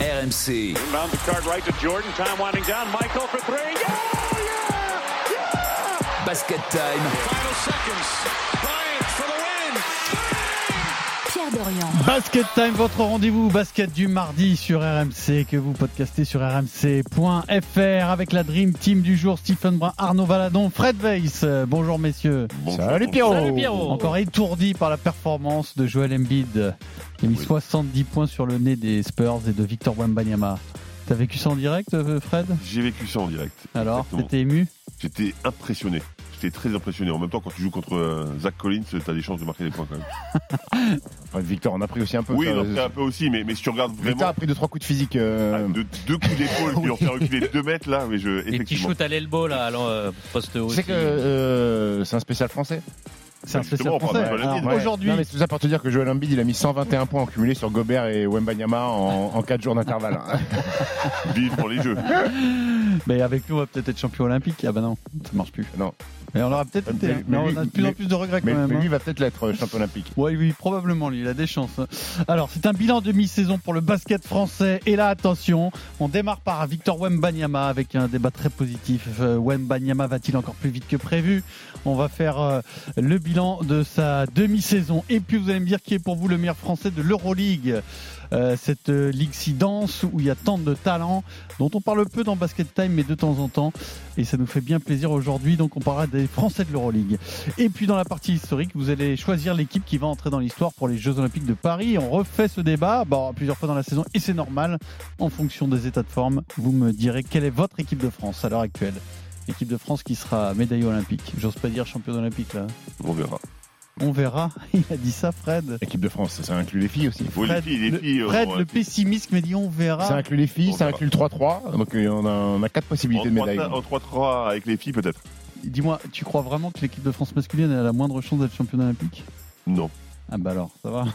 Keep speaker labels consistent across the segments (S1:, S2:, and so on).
S1: RMC.
S2: Inbound the card right to Jordan. Time winding down. Michael for three. Yeah, yeah, yeah.
S1: Basket time.
S3: Final seconds. Bryant for the win.
S4: Pierre Dorian.
S5: Basket Time, votre rendez-vous basket du mardi sur RMC que vous podcastez sur rmc.fr avec la Dream Team du jour Stephen Brun, Arnaud Valadon, Fred Weiss. Euh, Bonjour messieurs.
S6: Salut Pierrot.
S5: Encore étourdi par la performance de Joel Embiid. Il a mis 70 points sur le nez des Spurs et de Victor Wembanyama. T'as vécu ça en direct euh, Fred
S6: J'ai vécu ça en direct.
S5: Alors,
S6: Exactement.
S5: t'étais ému
S6: J'étais impressionné. J'étais très impressionné. En même temps, quand tu joues contre euh, Zach Collins, t'as des chances de marquer des points quand même.
S7: Ouais, Victor, on a pris aussi un peu.
S6: Oui,
S7: ça. euh,
S6: on en fait un peu aussi, mais, mais si tu regardes
S7: Victor
S6: vraiment
S7: a pris deux trois coups de physique. euh,
S6: ah, de- deux coups d'épaule
S5: Ah
S6: qui ont fait reculer deux mètres là, mais je
S8: Des petits
S6: effectivement.
S8: shoots à l'elbow là, alors euh, poste haut.
S7: Tu sais que euh, c'est un spécial français.
S5: C'est un spécial
S6: Justement, on parle
S5: français.
S6: de Joel
S5: Alors,
S6: Embiid.
S7: Ouais.
S5: Aujourd'hui,
S7: Non, mais c'est tout ça pour te dire que Joel Embiid, il a mis 121 points en cumulé sur Gobert et Wembanyama en, en 4 jours d'intervalle. hein.
S6: Vive pour les jeux.
S5: mais avec nous, on va peut-être être champion olympique. Ah bah non, ça marche plus.
S7: Non.
S5: Mais on aura peut-être été.
S7: Mais-
S5: hein.
S7: mais
S5: Mais
S7: lui-
S5: on a de plus en
S7: mais-
S5: plus de regrets quand
S7: mais,
S5: même.
S7: mais
S5: hein.
S7: lui va peut-être l'être euh, champion olympique.
S5: Oui, oui, probablement, lui, il a des chances. hein. Alors, c'est un bilan demi-saison pour le basket français. Et là, attention, on démarre par Victor Wembanyama avec un débat très positif. Euh, Wembanyama va-t-il encore plus vite que prévu On va faire euh, le bilan de sa demi-saison. Et puis, vous allez me dire qui est pour vous le meilleur français de l'Euroleague. Euh, cette euh, ligue si dense où il y a tant de talents dont on parle peu dans Basket Time mais de temps en temps et ça nous fait bien plaisir aujourd'hui donc on parlera des Français de l'Euroleague et puis dans la partie historique, vous allez choisir l'équipe qui va entrer dans l'histoire pour les Jeux Olympiques de Paris. On refait ce débat bon, plusieurs fois dans la saison et c'est normal. En fonction des états de forme, vous me direz quelle est votre équipe de France à l'heure actuelle. L'équipe de France qui sera médaillée olympique. J'ose pas dire championne olympique là.
S6: On verra.
S5: On verra. Il a dit ça, Fred.
S7: L'équipe de France, ça inclut les filles aussi.
S6: Faut les
S5: Fred,
S6: filles, les
S5: le,
S6: filles, euh,
S5: Fred,
S6: on-
S5: le pessimiste me dit on
S7: Ça
S5: verra.
S7: inclut les filles,
S6: On
S7: ça
S6: verra.
S7: inclut le 3-3. Donc euh, on a, on a 4
S6: en
S7: possibilités
S6: 3-3
S7: de médailles.
S6: en 3-3 avec les filles peut-être.
S5: Dis-moi, tu crois vraiment que l'équipe de France masculine a la moindre chance d'être championne olympique
S6: Non.
S5: Ah bah alors, ça va.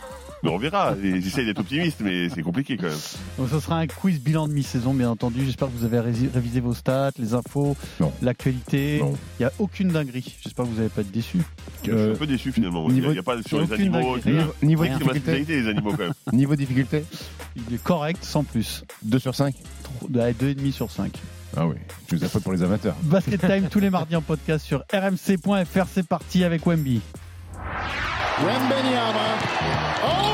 S6: Mais on verra. Et J'essaye d'être optimiste, mais c'est compliqué quand même.
S5: Donc ce sera un quiz bilan de mi-saison bien entendu. J'espère que vous avez rési- révisé vos stats, les infos,
S7: Non.
S5: l'actualité.
S7: Non.
S5: Il n'y a aucune dinguerie. J'espère que vous n'allez pas être déçus.
S6: Je
S7: Euh,
S6: suis un peu déçu finalement. Il
S7: niveau-
S6: n'y a, pas sur
S5: il y a
S6: les
S5: aucune
S6: animaux.
S5: dinguerie.
S6: tu vois.
S7: Niveau, niveau
S6: C'est ma
S7: difficulté,
S6: spécialité, les animaux quand même.
S7: niveau difficulté,
S5: Il est correct sans plus.
S7: 2 sur 5.
S5: Trop- de- allez, deux et demi sur 5.
S7: Ah oui, tu nous as fait pour les amateurs.
S5: Basket Time tous les mardis en podcast sur rmc.fr. C'est parti avec Wemby.
S7: Wembanyama. Oh,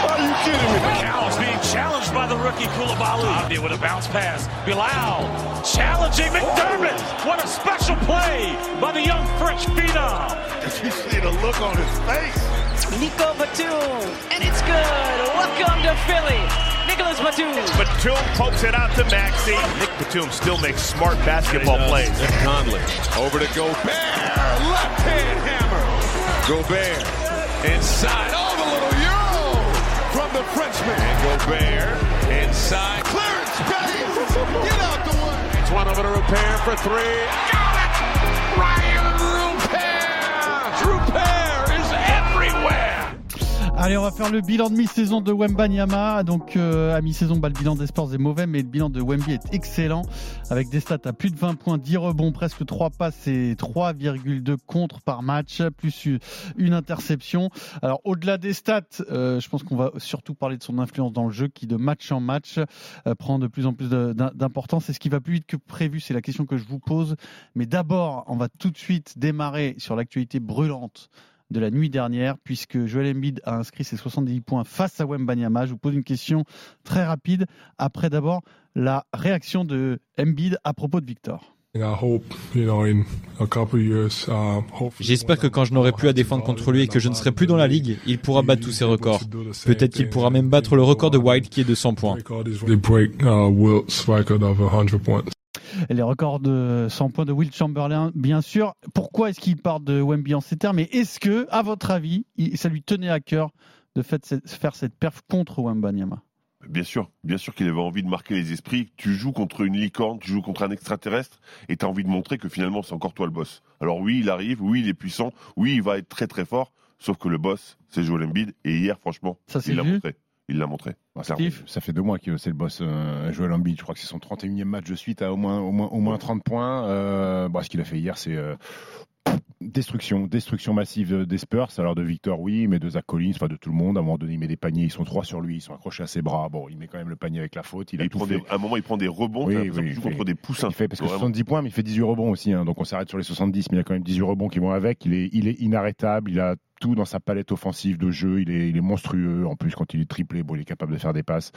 S2: Cows being challenged by the rookie Koulibaly. Bobby with a bounce pass. Bilal challenging McDermott. What a special play by the young French phenom.
S9: Nico Batum, and it's good. Welcome to Philly, Nicholas Batum.
S2: Batum pokes it out to Maxi. Nick Batum still makes smart basketball plays.
S3: Nick Conley over to Gobert. Left hand hammer. Gobert inside. Oh, the little euro from the Frenchman. And Gobert inside. Clearance space. Get out the way. It's one over to Repair for three. Got it. Ryan Repair. Repair is everywhere.
S5: Allez, on va faire le bilan de mi-saison de Wembanyama. Donc, euh, à mi-saison, bah, le bilan des sports est mauvais, mais le bilan de Wemby est excellent. Avec des stats à plus de 20 points, 10 rebonds, presque 3 passes et 3,2 contre par match, plus u- une interception. Alors, au-delà des stats, euh, je pense qu'on va surtout parler de son influence dans le jeu qui, de match en match, euh, prend de plus en plus de- d'im- d'importance. Et ce qui va plus vite que prévu, c'est la question que je vous pose. Mais d'abord, on va tout de suite démarrer sur l'actualité brûlante de la nuit dernière, puisque Joel Embiid a inscrit ses 70 points face à Wembanyama. Je vous pose une question très rapide. Après d'abord la réaction de Embiid à propos de Victor.
S10: J'espère que quand je n'aurai plus à défendre contre lui et que je ne serai plus dans la ligue, il pourra battre tous ses records. Peut-être qu'il pourra même battre le record de Wild qui est de 100 points.
S3: uh,
S5: Et les records de 100 points de Will Chamberlain, bien sûr. Pourquoi est-ce qu'il parle de Wemby en ces termes Et est-ce que, à votre avis, il- ça lui tenait à cœur de fait- faire cette perf contre Wembanyama
S6: Bien sûr, bien sûr qu'il avait envie de marquer les esprits. Tu joues contre une licorne, tu joues contre un extraterrestre, et t'as envie de montrer que finalement c'est encore toi le boss. Alors oui, il arrive, oui, il est puissant, oui, il va être très très fort, sauf que le boss, c'est Joel Embiid, et hier, franchement,
S7: Ah,
S5: Ça s'est
S6: il l'a
S5: vu
S6: montré. Il l'a montré.
S7: Bah,
S6: Clairement.
S5: Steve
S7: Ça fait deux mois que c'est le boss euh, Joel Embiid. Je crois que c'est son 31e match de suite à au moins, au moins, au moins 30 points. Euh, bah, ce qu'il a fait hier, c'est euh, Destruction, destruction massive des Spurs. Alors de Victor, oui, mais de Zach Collins, enfin de tout le monde. À un moment donné, il met des paniers, ils sont trois sur lui, ils sont accrochés à ses bras. Bon, il met quand même le panier avec la faute. Il a
S6: Il
S7: tout
S6: prend
S7: fait.
S6: des- à un moment, il prend des rebonds.
S7: Oui,
S6: t'as l'impression
S7: oui,
S6: qu'il joue
S7: il fait-
S6: contre des poussins.
S7: Il fait parce que
S6: hein. Vraiment.
S7: 70 points, mais il fait 18 rebonds aussi. hein. donc on s'arrête sur les 70, mais il y a quand même 18 rebonds qui vont avec. Il est, il est inarrêtable, il a tout dans sa palette offensive de jeu. Il est, il est monstrueux. En plus, quand il est triplé, bon, il est capable de faire des passes.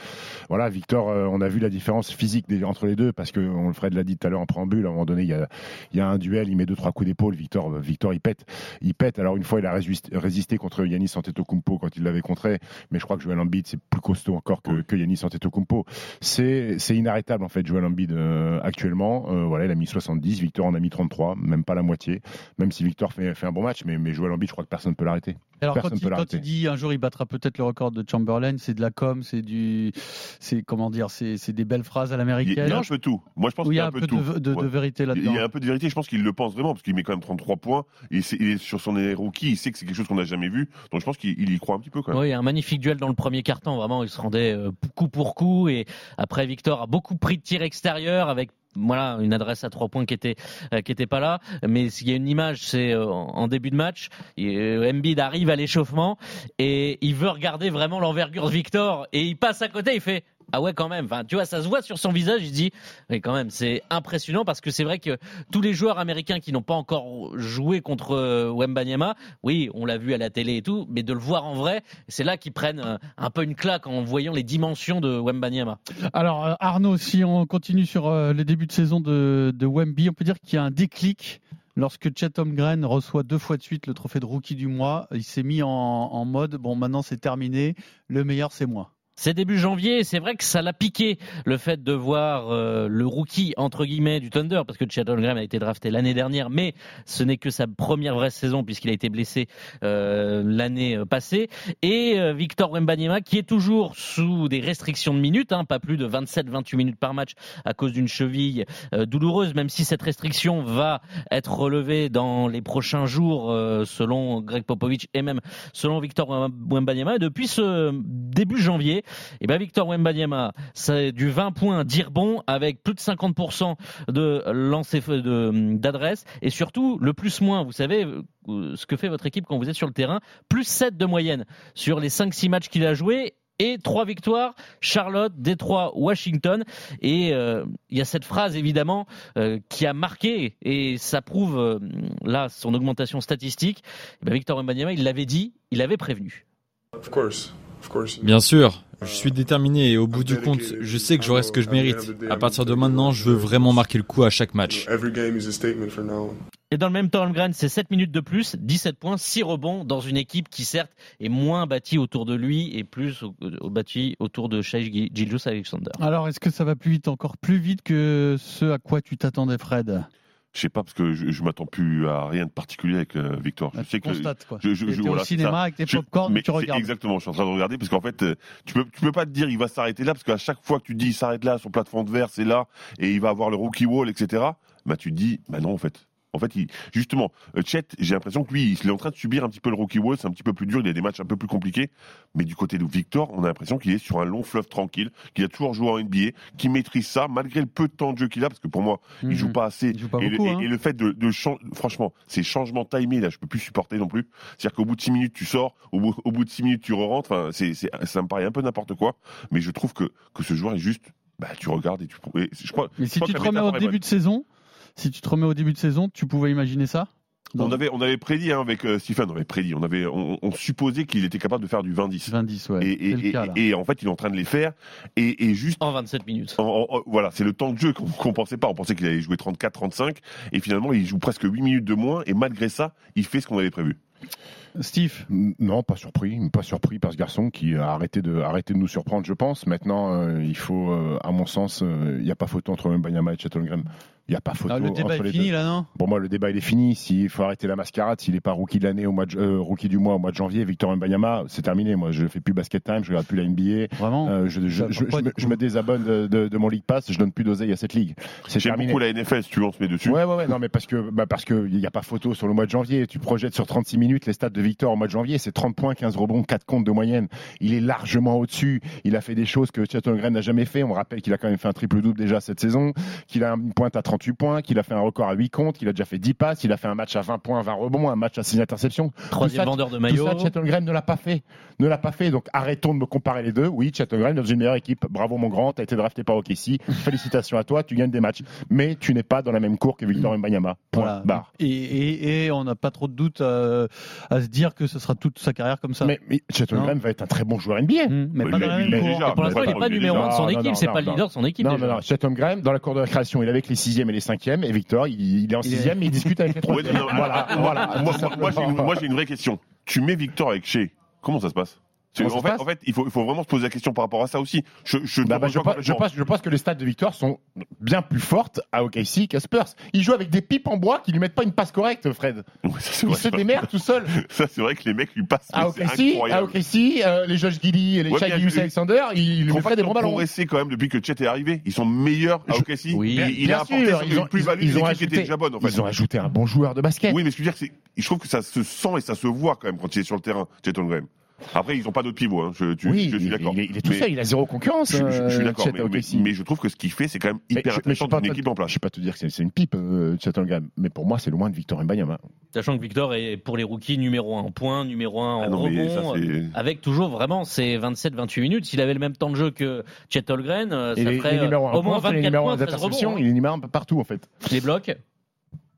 S7: Voilà, Victor, euh, on a vu la différence physique des- entre les deux parce que on, Fred l'a dit tout à l'heure en préambule. À un moment donné, il y a, il y a un duel, il met deux trois coups d'épaule. Victor, euh, Victor, il pète, il pète. Alors une fois, il a résisté, résisté contre Yanis Antetokounmpo quand il l'avait contré, mais je crois que Joel Embiid c'est plus costaud encore que, que Yanis Antetokounmpo c'est c'est inarrêtable en fait Joel Embiid euh, actuellement Euh, voilà il a mis 70 Victor en a mis 33 même pas la moitié même si Victor fait, fait un bon match mais, mais Joel Embiid je crois que personne ne peut l'arrêter
S5: Alors quand
S7: Personne
S5: il,
S7: peut
S5: quand
S7: l'arrêter.
S5: il dit un jour il battra peut-être le record de Chamberlain, c'est de la com, c'est du, c'est comment dire, c'est c'est des belles phrases à
S6: Il y a- il y
S5: l'américaine.
S6: a un peu de tout. Moi, je pense
S5: où
S6: qu'il
S5: il y a un peu
S6: tout.
S5: de, de- de
S6: Ouais.
S5: vérité
S6: Il
S5: là-dedans.
S6: y a un peu de vérité, je pense qu'il le pense vraiment, parce qu'il met quand même 33 points, et c'est- il est sur son air rookie, il sait que c'est quelque chose qu'on n'a jamais vu, donc je pense qu'il il y croit un petit peu quand même.
S9: Oui, un magnifique duel dans le premier carton. Vraiment, il se rendait euh, coup pour coup. Et après, Victor a beaucoup pris de tirs extérieurs avec. Voilà, une adresse à trois points qui était euh, qui était pas là, mais s'il y a une image, c'est euh, en début de match, et, euh, Embiid arrive à l'échauffement et il veut regarder vraiment l'envergure de Victor et il passe à côté, il fait ah ouais quand même. Enfin, tu vois, ça se voit sur son visage, il se dit mais quand même, c'est impressionnant parce que c'est vrai que tous les joueurs américains qui n'ont pas encore joué contre euh, Wembanyama, oui, on l'a vu à la télé et tout, mais de le voir en vrai, c'est là qu'ils prennent euh, un peu une claque en voyant les dimensions de Wembanyama.
S5: Alors euh, Arnaud, si on continue sur euh, les débuts de saison de, de Wemby, on peut dire qu'il y a un déclic lorsque Chet Holmgren reçoit deux fois de suite le trophée de rookie du mois. Il s'est mis en, en mode bon maintenant c'est terminé, le meilleur c'est moi.
S9: C'est début janvier, et c'est vrai que ça l'a piqué le fait de voir euh, le rookie entre guillemets du Thunder, parce que Chad Holmgren a été drafté l'année dernière, mais ce n'est que sa première vraie saison puisqu'il a été blessé euh, l'année passée, et euh, Victor Wembanyama qui est toujours sous des restrictions de minutes, hein, pas plus de 27-28 minutes par match à cause d'une cheville euh, douloureuse, même si cette restriction va être relevée dans les prochains jours euh, selon Greg Popovich et même selon Victor Wembanyama. Et depuis ce début janvier, eh ben Victor Wembanyama, c'est du 20 points dire bon avec plus de 50% de lancer de d'adresse et surtout le plus moins, vous savez euh, ce que fait votre équipe quand vous êtes sur le terrain, plus 7 de moyenne sur les 5 6 matchs qu'il a joués. Et trois victoires, Charlotte, Détroit, Washington. Et euh, il y a cette phrase évidemment euh, qui a marqué, et ça prouve euh, là son augmentation statistique. Eh ben, Victor Wembanyama, il l'avait dit, il avait prévenu.
S10: Bien sûr, je suis déterminé et au bout du compte, je sais que j'aurai ce que je mérite. À partir de maintenant, je veux vraiment marquer le coup à chaque match.
S9: Et dans le même temps, Holmgren, c'est 7 minutes de plus, 17 points, 6 rebonds dans une équipe qui, certes, est moins bâtie autour de lui et plus au- au- bâtie autour de Shai Gilgeous Alexander.
S5: Alors est-ce que ça va plus vite, encore plus vite que ce à quoi tu t'attendais Fred
S6: Je sais pas, parce que je, je m'attends plus à rien de particulier avec euh, Victor. Je
S7: Bah,
S5: Là, Tu
S6: sais que.
S5: constates quoi.
S6: je- je- je-
S5: T'étais
S6: voilà,
S5: au
S6: c'est
S5: cinéma
S6: ça.
S5: avec tes
S6: Je-
S5: popcorns,
S6: mais
S5: tu
S6: c'est
S5: regardes.
S6: Exactement, je suis en train de regarder parce qu'en fait, euh, tu peux, tu peux pas te dire il va s'arrêter là parce qu'à chaque fois que tu dis il s'arrête là, son plafond de verre c'est là et il va avoir le rookie wall, etc. Bah tu te dis, bah non en fait. En fait, il, justement, euh, Chet, j'ai l'impression que lui, il est en train de subir un petit peu le rookie wall, c'est un petit peu plus dur, il a des matchs un peu plus compliqués. Mais du côté de Victor, on a l'impression qu'il est sur un long fleuve tranquille, qu'il a toujours joué en NBA, qu'il maîtrise ça malgré le peu de temps de jeu qu'il a, parce que pour moi, il joue pas
S5: Mhm.
S6: assez
S5: Hmm. Il joue pas
S6: et, le-
S5: beaucoup,
S6: et-
S5: hein.
S6: et le fait de, de chan- franchement, ces changements timés là, je peux plus supporter non plus. C'est-à-dire qu'au bout de 6 minutes tu sors, au bout, au bout de 6 minutes tu re-rentres. Enfin, c'est, c'est- ça me paraît un peu n'importe quoi. Mais je trouve que que ce joueur est juste. Bah, tu regardes et tu. prou- et je crois.
S5: Mais
S6: je
S5: si
S6: crois
S5: tu
S6: que
S5: te
S6: la
S5: remets au
S6: métaphore est
S5: début de saison, si tu te remets au début de saison, tu pouvais imaginer ça
S6: bonne. On avait on avait prédit hein, avec euh, Stephen, on avait prédit, on avait on, on supposait qu'il était capable de faire du 20-10.
S5: 20-10, ouais.
S6: Et,
S5: c'est
S6: et,
S5: le cas,
S6: et-
S5: là.
S6: et en fait, il est en train de les faire. Et, et juste.
S9: En 27 minutes.
S6: en- en- en- voilà, c'est le temps de jeu qu'on qu'on pensait pas. On pensait qu'il allait jouer 34-35 et finalement il joue presque 8 minutes de moins et malgré ça, il fait ce qu'on avait prévu.
S5: Steve,
S7: N- Non, pas surpris, pas surpris par ce garçon qui a arrêté de, arrêté de nous surprendre, je pense. Maintenant, euh, il faut, euh, à mon sens, euh, il n'y a pas photo entre Mbanyama et Chattelgram. Il n'y a pas photo
S5: ah, le débat
S7: entre
S5: est
S7: les
S5: fini
S7: deux.
S5: là, non
S7: Pour moi, le débat il est fini. S'il faut arrêter la mascarade, s'il n'est pas rookie de l'année au mois de- euh, rookie du mois au mois de janvier, Victor Mbanyama, c'est terminé. Moi, je fais plus basket time, je regarde plus la NBA.
S5: Vraiment
S7: Euh, je, je- je-
S5: pourquoi,
S7: je
S5: du
S7: me,
S5: coup
S7: je me désabonne de, de- de mon League Pass, je donne plus d'oseille à cette ligue. C'est
S6: J'aime
S7: terminé.
S6: beaucoup la NFL si tu veux, on se met dessus.
S7: Ouais, ouais, ouais, non, mais parce que, bah, parce que il n'y a pas photo sur le mois de janvier. Tu projettes sur 36 minutes les stats de Victor au mois de janvier. C'est 30 points, 15 rebonds, 4 comptes de moyenne. Il est largement au-dessus. Il a fait des choses que Chet Holmgren n'a jamais fait. On rappelle qu'il a quand même fait un triple-double déjà cette saison, qu'il a une pointe à 30 38 points, qu'il a fait un record à 8 comptes, qu'il a déjà fait 10 passes, il a fait un match à 20 points, 20 rebonds, un match à 6 interceptions.
S8: Troisième
S7: Tout ça,
S8: vendeur de
S7: tout
S8: maillot.
S7: ça, Chet Holmgren ne l'a pas fait. Ne l'a pas fait. Donc arrêtons de me comparer les deux. Oui, Chet Holmgren dans une meilleure équipe. Bravo mon grand, t'as été drafté par OKC. Félicitations à toi, tu gagnes des matchs. Mais tu n'es pas dans la même cour que Victor Mbanyama. Point
S5: Voilà.
S7: barre.
S5: Et, et- et on n'a pas trop de doute euh, à se dire que ce sera toute sa carrière comme ça.
S7: Mais, mais Chet Holmgren va être un très bon joueur NBA.
S5: Mmh, mais
S6: Bah,
S5: pas
S6: il
S5: dans la
S6: l'a-
S5: même
S6: il l'a
S5: cour.
S6: déjà.
S8: Pour l'instant, il n'est pas
S6: Non,
S8: numéro 1 de son
S7: non, non,
S8: équipe, c'est
S7: non,
S8: pas le
S7: non.
S8: leader de son équipe.
S7: Non,
S8: déjà.
S7: non, non, Chet Holmgren, dans la cour de récréation, il est avec les sixièmes et les cinquièmes, et Victor, il, il est en
S5: Il est-
S7: sixième, mais il discute avec les
S6: Ouais,
S7: troisièmes.
S6: non,
S7: voilà,
S6: moi-
S7: voilà.
S6: Moi,
S7: tout
S6: moi- moi, j'ai une,
S7: simplement.
S6: moi, j'ai une vraie question. Tu mets Victor avec Shea, comment ça se passe Parce que,
S7: Comment ça
S6: en,
S7: se
S6: fait,
S7: passe
S6: en fait, il faut, il faut vraiment se poser la question par rapport à ça aussi. Je, je, te
S7: Bah, bah, je,
S6: rejoins
S7: pense, je,
S6: complètement.
S7: pense, je pense que les stats de Victor sont bien plus fortes à OKC qu'à Spurs. Il joue avec des pipes en bois qui lui mettent pas une passe correcte, Fred.
S6: Ouais, ça, c'est
S7: Il
S6: vrai,
S7: se
S6: ça-
S7: démerde tout seul.
S6: Ça, c'est vrai que les mecs lui passent.
S7: À
S6: mais c'est
S7: OKC, à
S6: incroyable.
S7: OKC euh, les Josh Giddy et les
S6: Ouais,
S7: Shai
S6: bien
S7: Gilgeous
S6: vu.
S7: Alexander, ils lui
S6: Ils ont
S7: mettent pas
S6: pas
S7: des bons ballons. hein.
S6: progressé quand même depuis que Chet est arrivé. Ils sont meilleurs à
S7: Je-
S6: OKC.
S8: Oui.
S6: Il-
S7: Bien-
S6: il
S7: bien
S6: a apporté
S7: sûr,
S6: son
S7: ils ont-
S6: plus value
S7: ils
S6: d'une
S7: ont
S6: équipe qui était
S7: ajouté-
S6: déjà bonne en fait.
S7: Ils ont ajouté un bon joueur de basket.
S6: Oui, mais ce que je veux dire, c'est, je trouve que ça se sent et ça se voit quand même quand il est sur le terrain, Chet Holmgren. Après, ils n'ont pas d'autres pivots. Hein. Je, tu-
S7: Oui,
S6: je suis
S7: il,
S6: d'accord.
S7: il est, il est tout
S6: Mais
S7: seul, il a zéro concurrence.
S6: Je, je- je suis
S7: euh,
S6: d'accord,
S7: Chet
S6: mais,
S7: à
S6: mais-
S7: OKC.
S6: mais je trouve que ce qu'il fait, c'est quand même hyper
S7: je- je
S6: intéressant
S7: suis pas en
S6: d'une
S7: train de-
S6: équipe en place.
S7: Je ne vais pas te dire que c'est- c'est une pipe, euh, Chet Holmgren, mais pour moi, c'est loin de Victor Wembanyama.
S8: Sachant que Victor est pour les rookies numéro 1 en points, numéro 1 en
S6: Ah non, mais ça,
S8: rebond,
S6: c'est-
S8: avec toujours vraiment ces 27-28 minutes. S'il avait le même temps de jeu que Chet Holgren, euh, ça
S7: Il est, il
S8: ferait
S7: est numéro
S8: euh,
S7: 1
S8: au moins 24
S7: il est numéro
S8: points,
S7: 1
S8: 13
S7: d'interception,
S8: rebonds.
S7: il est numéro 1 partout en fait.
S8: Les blocs.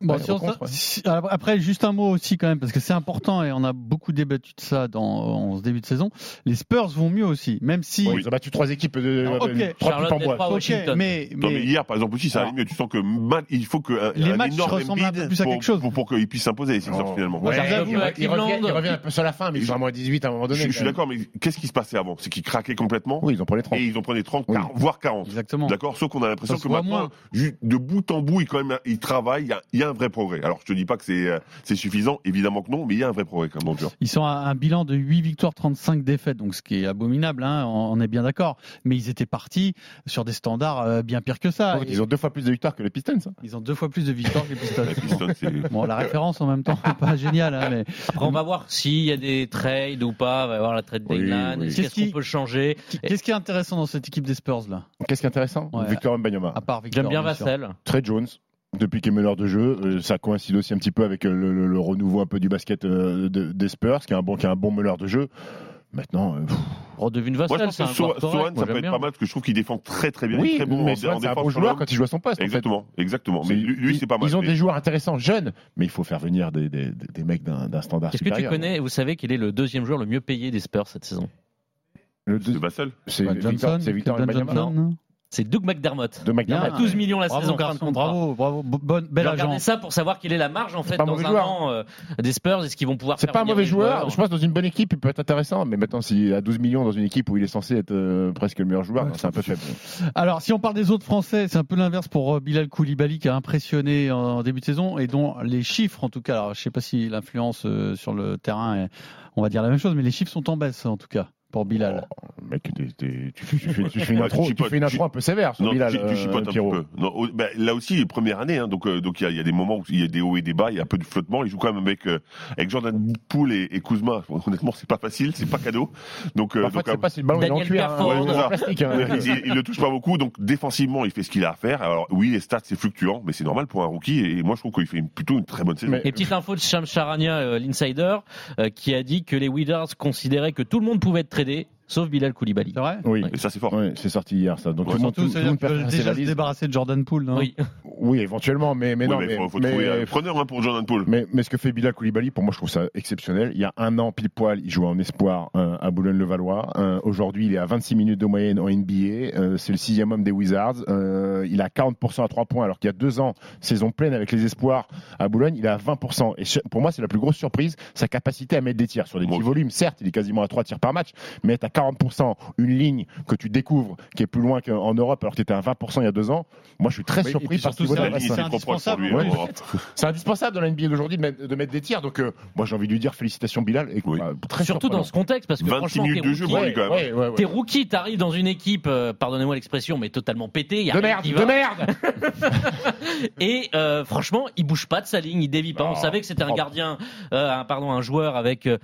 S5: Bon,
S7: Ouais,
S5: si
S7: au
S5: on
S7: contre,
S5: s'a-
S7: ouais.
S5: si- alors, après, juste un mot aussi quand même, parce que c'est important et on a beaucoup débattu de ça dans, en ce début de saison. Les Spurs vont mieux aussi, même si.
S7: Ils ont battu trois équipes de euh,
S5: Ah, ok.
S7: trois
S8: Charlotte
S7: équipes en
S8: n'est pas
S7: bois.
S5: Ok,
S8: Washington.
S5: mais,
S6: Non, mais
S5: mais-
S6: hier, par exemple, aussi, ça allait mieux. Tu sens que mal- il faut que un-
S5: Les
S6: un
S5: matchs
S6: énorme
S5: ressemblent un peu
S6: Embiid
S5: plus à
S6: pour-
S5: quelque chose.
S6: pour, pour, qu'ils puissent s'imposer. ces Spurs, finalement.
S8: Ouais,
S7: il,
S8: j'avoue, à
S7: revient, il revient-
S8: Cleveland.
S7: il revient un peu sur la fin, mais ils
S6: Je-
S7: sont à moins 18 à un moment donné.
S6: Je, je
S7: quand
S6: suis
S7: même.
S6: d'accord, mais qu'est-ce qui se passait avant C'est qu'ils craquaient complètement
S7: Oui, ils ont pris les 30.
S6: et ils ont prenait 30,
S7: Oui.
S6: 40, voire 40.
S5: Exactement.
S6: D'accord Sauf qu'on a l'impression
S5: Ça se
S6: que
S5: voit
S6: maintenant,
S5: moins.
S6: ju- de bout en bout, ils, quand même, ils travaillent, il y a- il y, a un vrai progrès. Alors, je te dis pas que c'est euh, c'est suffisant, évidemment que non, mais il y a un vrai progrès quand même dans le jeu.
S5: Ils sont à un bilan de 8 victoires, 35 défaites, donc ce qui est abominable, hein, on on est bien d'accord. Mais ils étaient partis sur des standards euh, bien pires que ça. Et
S7: Ils ont deux fois plus de victoires que les Pistons. hein.
S5: Ils ont deux fois plus de victoires que les Pistons.
S6: Les Pistons, c'est-
S5: Bon, la référence en même temps, c'est pas génial, hein, mais
S8: Après, on va voir s'il y a des trades ou pas. Il va y avoir la trade
S7: Oui,
S8: deadline.
S7: oui.
S8: Est-ce
S5: Qu'est-ce
S8: Qu'est-ce qu'on
S5: qui-
S8: peut changer
S5: qu'est-ce qui est intéressant dans cette équipe des Spurs là
S7: Qu'est-ce qui est intéressant
S5: Ouais.
S7: Victor Mbanyama.
S8: Ah.
S5: À part Victor.
S8: J'aime bien
S5: bien sûr.
S8: Vassell.
S7: Trey Jones, depuis qu'il est meneur de jeu, euh, ça coïncide aussi un petit peu avec euh, le, le- le renouveau un peu du basket euh, de- des Spurs, qui est un bon, qui est un bon meneur de jeu. Maintenant, euh, pff,
S8: Redevine
S6: Moi, je
S8: Vassell,
S6: pense
S8: c'est
S6: que
S8: un
S6: So-
S8: joueur
S6: Sohan,
S8: correct. Moi,
S6: ça peut
S8: j'aime
S6: être
S8: bien.
S6: pas mal, parce que je trouve qu'il défend très très bien. il est
S7: oui,
S6: très bon en-
S7: mais
S6: en,
S7: Swan, c'est un
S6: défense
S7: bon
S6: sur le
S7: joueur
S6: homme.
S7: quand il joue à son poste. en fait.
S6: Exactement, exactement. Mais lui, lui,
S7: Ils-
S6: c'est pas mal.
S7: Ils ont
S6: Mais-
S7: des joueurs intéressants, jeunes, mais il faut faire venir des, des, des- des mecs d'un d'un standard
S8: Est-ce que tu
S7: supérieur.
S8: connais, vous savez quel est le deuxième joueur le mieux payé des Spurs cette saison
S7: Le
S6: de
S7: deux-
S6: Vassell.
S7: C'est
S5: Bah,
S7: Victor,
S5: Johnson,
S7: c'est Victor
S5: Keldon
S7: Wembanyama.
S5: Johnson, non
S8: C'est Doug McDermott.
S7: de McDermott.
S5: Bien.
S8: 12 millions la
S5: Bravo
S8: saison, fin de
S5: garçon,
S8: contrat.
S5: bravo, bravo, bo- bonne, belle
S8: Je regardais
S5: agence.
S8: ça pour savoir quelle est la marge en fait
S7: pas un
S8: dans
S7: mauvais
S8: un
S7: joueur.
S8: an euh, des Spurs. Est-ce qu'ils vont pouvoir
S7: C'est
S8: faire
S7: pas un
S8: venir
S7: mauvais
S8: des
S7: joueur.
S8: joueurs
S7: Je pense que dans une bonne équipe, il peut être intéressant. Mais maintenant, s'il a 12 millions dans une équipe où il est censé être euh, presque le meilleur joueur,
S10: Ouais,
S7: non, c'est un peu faible.
S5: Alors, si on parle des autres Français, c'est un peu l'inverse pour euh, Bilal Koulibaly qui a impressionné en- en début de saison et dont les chiffres, en tout cas, alors, je sais pas si l'influence euh, sur le terrain, est- on va dire la même chose, mais les chiffres sont en baisse, en tout cas, pour Bilal.
S7: Oh, mec, t'es- t'es- tu, fais- tu fais- tu fais une
S6: Ouais,
S7: intro,
S6: tu
S7: tu fais une
S6: chipotes,
S7: intro un peu sévère sur
S6: Non,
S7: Bilal,
S6: tu, tu
S7: euh,
S6: chipotes un petit
S7: Pierrot.
S6: peu. Non, au- ben, là aussi, première année, hein, donc euh, donc il y, a- il y a des moments où il y a des hauts et des bas, il y a un peu de flottement. Il joue quand même avec euh, avec Jordan Poole et, et Kuzma. Honnêtement, c'est pas facile, c'est pas cadeau. Donc, euh,
S7: Parfois,
S6: donc,
S7: tu sais
S6: euh,
S7: pas si le ballon il est en
S8: Daniel
S7: cuir, hein,
S8: Gafford.
S7: ou
S6: Ouais, c'est
S7: en
S6: ça.
S7: plastique. hein.
S6: il, il- il ne touche pas beaucoup, donc défensivement, il fait ce qu'il a à faire. Alors oui, les stats c'est fluctuant, mais c'est normal pour un rookie. Et moi, je trouve qu'il fait une- plutôt une très bonne saison.
S7: Mais-
S8: Et petite info de Sham Charania, euh, l'insider, euh, qui a dit que les Wizards considéraient que tout le monde pouvait être tradé, sauf Bilal Koulibaly.
S5: C'est vrai
S7: Oui,
S6: Et ça, c'est fort.
S7: Ouais, c'est sorti hier ça. Donc
S6: Ouais,
S7: tout le monde,
S5: Surtout,
S7: tout-
S5: ça
S7: tout
S5: veut dire
S7: le monde
S5: qu'ils
S7: peut
S5: veulent
S7: faire ses
S5: déjà se
S7: valises.
S5: débarrasser de Jordan Poole. non
S8: Oui,
S7: Oui, éventuellement, mais mais
S6: Oui,
S7: non,
S6: mais
S7: mais
S6: faut, faut
S7: mais-
S6: trouver un preneur hein, pour Jordan Poole.
S7: Mais, mais ce que fait Bilal Koulibaly, pour moi, je trouve ça exceptionnel. Il y a un an, pile poil, il jouait en espoir euh, à Boulogne-le-Valois. Euh, Aujourd'hui, il est à 26 minutes de moyenne en NBA. Euh, c'est le sixième homme des Wizards. Euh, il a 40% à 3 points, alors qu'il y a deux ans, saison pleine avec les espoirs à Boulogne, il est à 20%. Et ch- pour moi, c'est la plus grosse surprise, sa capacité à mettre des tirs sur des
S6: Moi
S7: petits
S6: aussi.
S7: volumes. Certes, il est quasiment à 3 tirs par match, mais être à 40%, une ligne que tu découvres qui est plus loin qu'en Europe, alors que tu étais à 20% il y a deux ans, moi, je suis très
S5: Oui, et
S7: surpris
S5: puis
S7: par ce
S5: surtout, c'est
S7: niveau
S5: un-
S7: de
S6: La ligne
S7: bassin.
S5: c'est
S6: était trop propre sur lui.
S5: indispensable,
S6: hein,
S5: ouais.
S6: en Europe.
S7: C'est indispensable dans la NBA d'aujourd'hui de mettre, de mettre des tirs. Donc, euh, moi, j'ai envie de lui dire félicitations, Bilal. Et,
S6: Oui.
S7: bah, très
S8: surtout dans
S7: surprenant.
S8: ce contexte, parce que
S6: 26
S8: franchement,
S6: minutes
S8: t'es
S6: de jeu
S8: rookie,
S6: pour lui,
S7: Ouais,
S6: quand même.
S7: ouais, ouais, ouais.
S8: t'es rookie, t'arrives dans une équipe, euh, pardonnez-moi l'expression, mais totalement pétée. y a
S7: De
S8: rien
S7: merde,
S8: qui
S7: de
S8: va.
S7: merde
S8: Et euh, franchement, il bouge pas de sa ligne, il dévie pas. On
S6: Bah,
S7: Non.
S8: savait que c'était un
S7: Oh.
S8: gardien, euh, un- pardon, un joueur avec euh,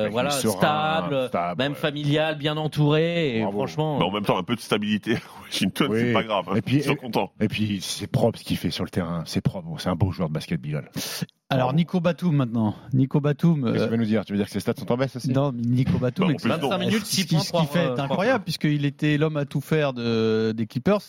S7: Avec
S8: voilà
S7: une seringue,
S8: stable,
S7: stable,
S8: même
S7: ouais.
S8: familial, balle, bien entouré. Et
S7: Bravo.
S8: franchement,
S6: Bah, en même temps, un peu de stabilité à Washington,
S7: Oui.
S6: c'est pas grave. hein.
S7: Et puis- euh,
S6: Ils sont contents.
S7: Et puis, c'est propre ce qu'il fait sur le terrain. C'est propre. C'est un beau joueur de basket, Bilal.
S5: Alors, Nico Batum maintenant. Nico Batum.
S7: Qu'est-ce que
S5: euh,
S7: tu vas nous dire Tu veux dire que ses stats sont en baisse aussi
S5: Non, mais Nico Batum.
S6: Bah, en
S5: est-
S6: plus, non. 25
S8: minutes,
S5: ce qui-
S8: six points,
S5: Ce qu'il
S8: trois,
S5: fait est
S8: euh,
S5: incroyable, puisqu'il était l'homme à tout faire de, des Clippers.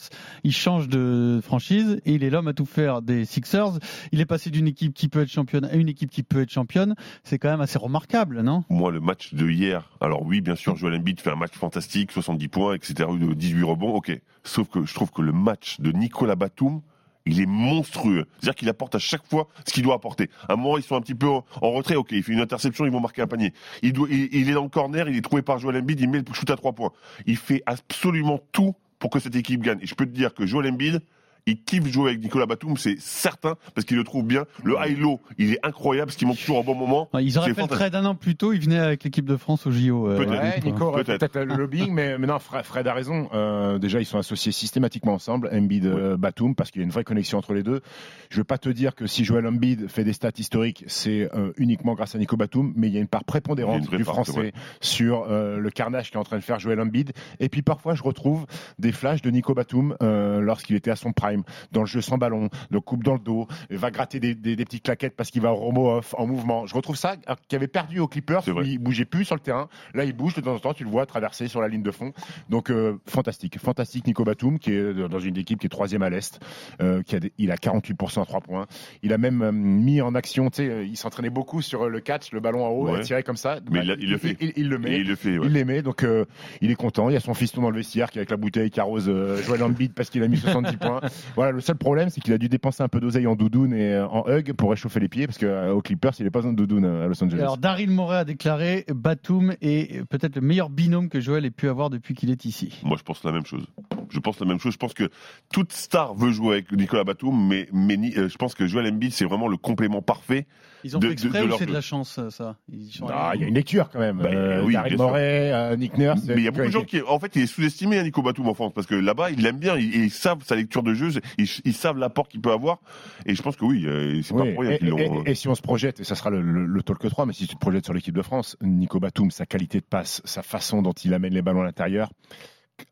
S5: Il change de franchise et il est l'homme à tout faire des Sixers. Il est passé d'une équipe qui peut être championne à une équipe qui peut être championne. C'est quand même assez remarquable, non
S6: Moi, le match de hier, alors oui, bien sûr, Joel Embiid fait un match fantastique, 70 points, etc., de 18 rebonds, ok. Sauf que je trouve que le match de Nicolas Batum, il est monstrueux. C'est-à-dire qu'il apporte à chaque fois ce qu'il doit apporter. À un moment, ils sont un petit peu en, en retrait, ok, il fait une interception, ils vont marquer un panier. Il, doit, il, il est dans le corner, il est trouvé par Joel Embiid, il met le shoot à 3 points. Il fait absolument tout pour que cette équipe gagne. Et je peux te dire que Joel Embiid, il kiffe jouer avec Nicolas Batum, c'est certain, parce qu'il le trouve bien. Le high-low, il est incroyable, parce qu'il manque toujours au bon moment.
S5: Ils auraient
S6: C'est
S5: fait le
S6: fantastique.
S5: trade un an plus tôt. Il venait avec l'équipe de France au JO. euh,
S6: Peut-être.
S5: voilà,
S7: Ouais,
S5: donc,
S7: Nico aurait
S6: Peut-être.
S7: peut-être le lobbying, mais, mais non, Fred, Fred a raison. Euh, déjà, ils sont associés systématiquement ensemble, Embiid, euh, Batum, parce qu'il y a une vraie connexion entre les deux. Je ne veux pas te dire que si Joel Embiid fait des stats historiques, c'est euh, uniquement grâce à Nico Batum, mais il y a une part
S6: Il y
S7: prépondérante
S6: a une vraie
S7: du
S6: part,
S7: français
S6: ouais.
S7: sur euh, le carnage qu'est en train de faire Joel Embiid. Et puis parfois, je retrouve des flashs de Nico Batum euh, lorsqu'il était à son prime, dans le jeu sans ballon, le coupe dans le dos, et va gratter des, des- des petites claquettes parce qu'il va au romo off, en mouvement. Je retrouve ça euh, qui avait perdu au Clippers,
S6: C'est vrai.
S7: où il bougeait plus sur le terrain. Là, il bouge de temps en temps, tu le vois traverser sur la ligne de fond. Donc, euh, fantastique. Fantastique Nico Batum, qui est euh, dans une équipe qui est troisième à l'Est. euh, qui a des- il a 48% à 3 points. Il a même euh, mis en action, tu sais, euh, il s'entraînait beaucoup sur euh, le catch, le ballon en haut,
S6: Ouais.
S7: et tirer comme ça.
S6: Mais il l'a- il le fait.
S7: Il, il le
S6: Et
S7: met.
S6: il le fait, ouais.
S7: Il l'aimait, donc euh, il est content. Il y a son fiston dans le vestiaire qui, avec la bouteille, qui arrose euh, Joel Embiid parce qu'il a mis 70 points. Voilà, le seul problème, c'est qu'il a dû dépenser un peu d'oseille en doudoune et euh, en hug pour réchauffer les pieds parce qu'au Clippers, il n'est pas besoin de doudoune euh, à Los Angeles.
S5: Alors, Daryl Morey a déclaré Batum est peut-être le meilleur binôme que Joël ait pu avoir depuis qu'il est ici.
S6: Moi, je pense la même chose. Je pense la même chose. Je pense que toute star veut jouer avec Nicolas Batum, mais, mais ni- euh, je pense que Joel Embiid, c'est vraiment le complément parfait.
S5: Ils ont
S6: De-
S5: fait exprès
S6: de- de
S5: ou
S6: leur
S5: c'est de
S6: jeu.
S5: la chance, euh, ça Ils sont
S7: Ah,
S5: allés-
S7: il y a une lecture quand même.
S6: Bah,
S7: Euh,
S6: oui,
S7: Daryl
S6: bien sûr.
S7: Morey, euh, Nick Nurse.
S6: Mais il y a beaucoup de gens qui, en fait, il est sous-estimé, hein, Nico Batum, en France, parce que là-bas, ils l'aiment bien, ils, ils savent sa lecture de jeu, ils, ils savent l'apport qu'il peut avoir. Et je pense que oui, euh, c'est
S7: Oui,
S6: pas pour rien
S7: et,
S6: qu'ils l'ont.
S7: et- et si on se projette, et ça sera le, le, le talk 3, mais si tu te projettes sur l'équipe de France, Nico Batum, sa qualité de passe, sa façon dont il amène les ballons à l'intérieur,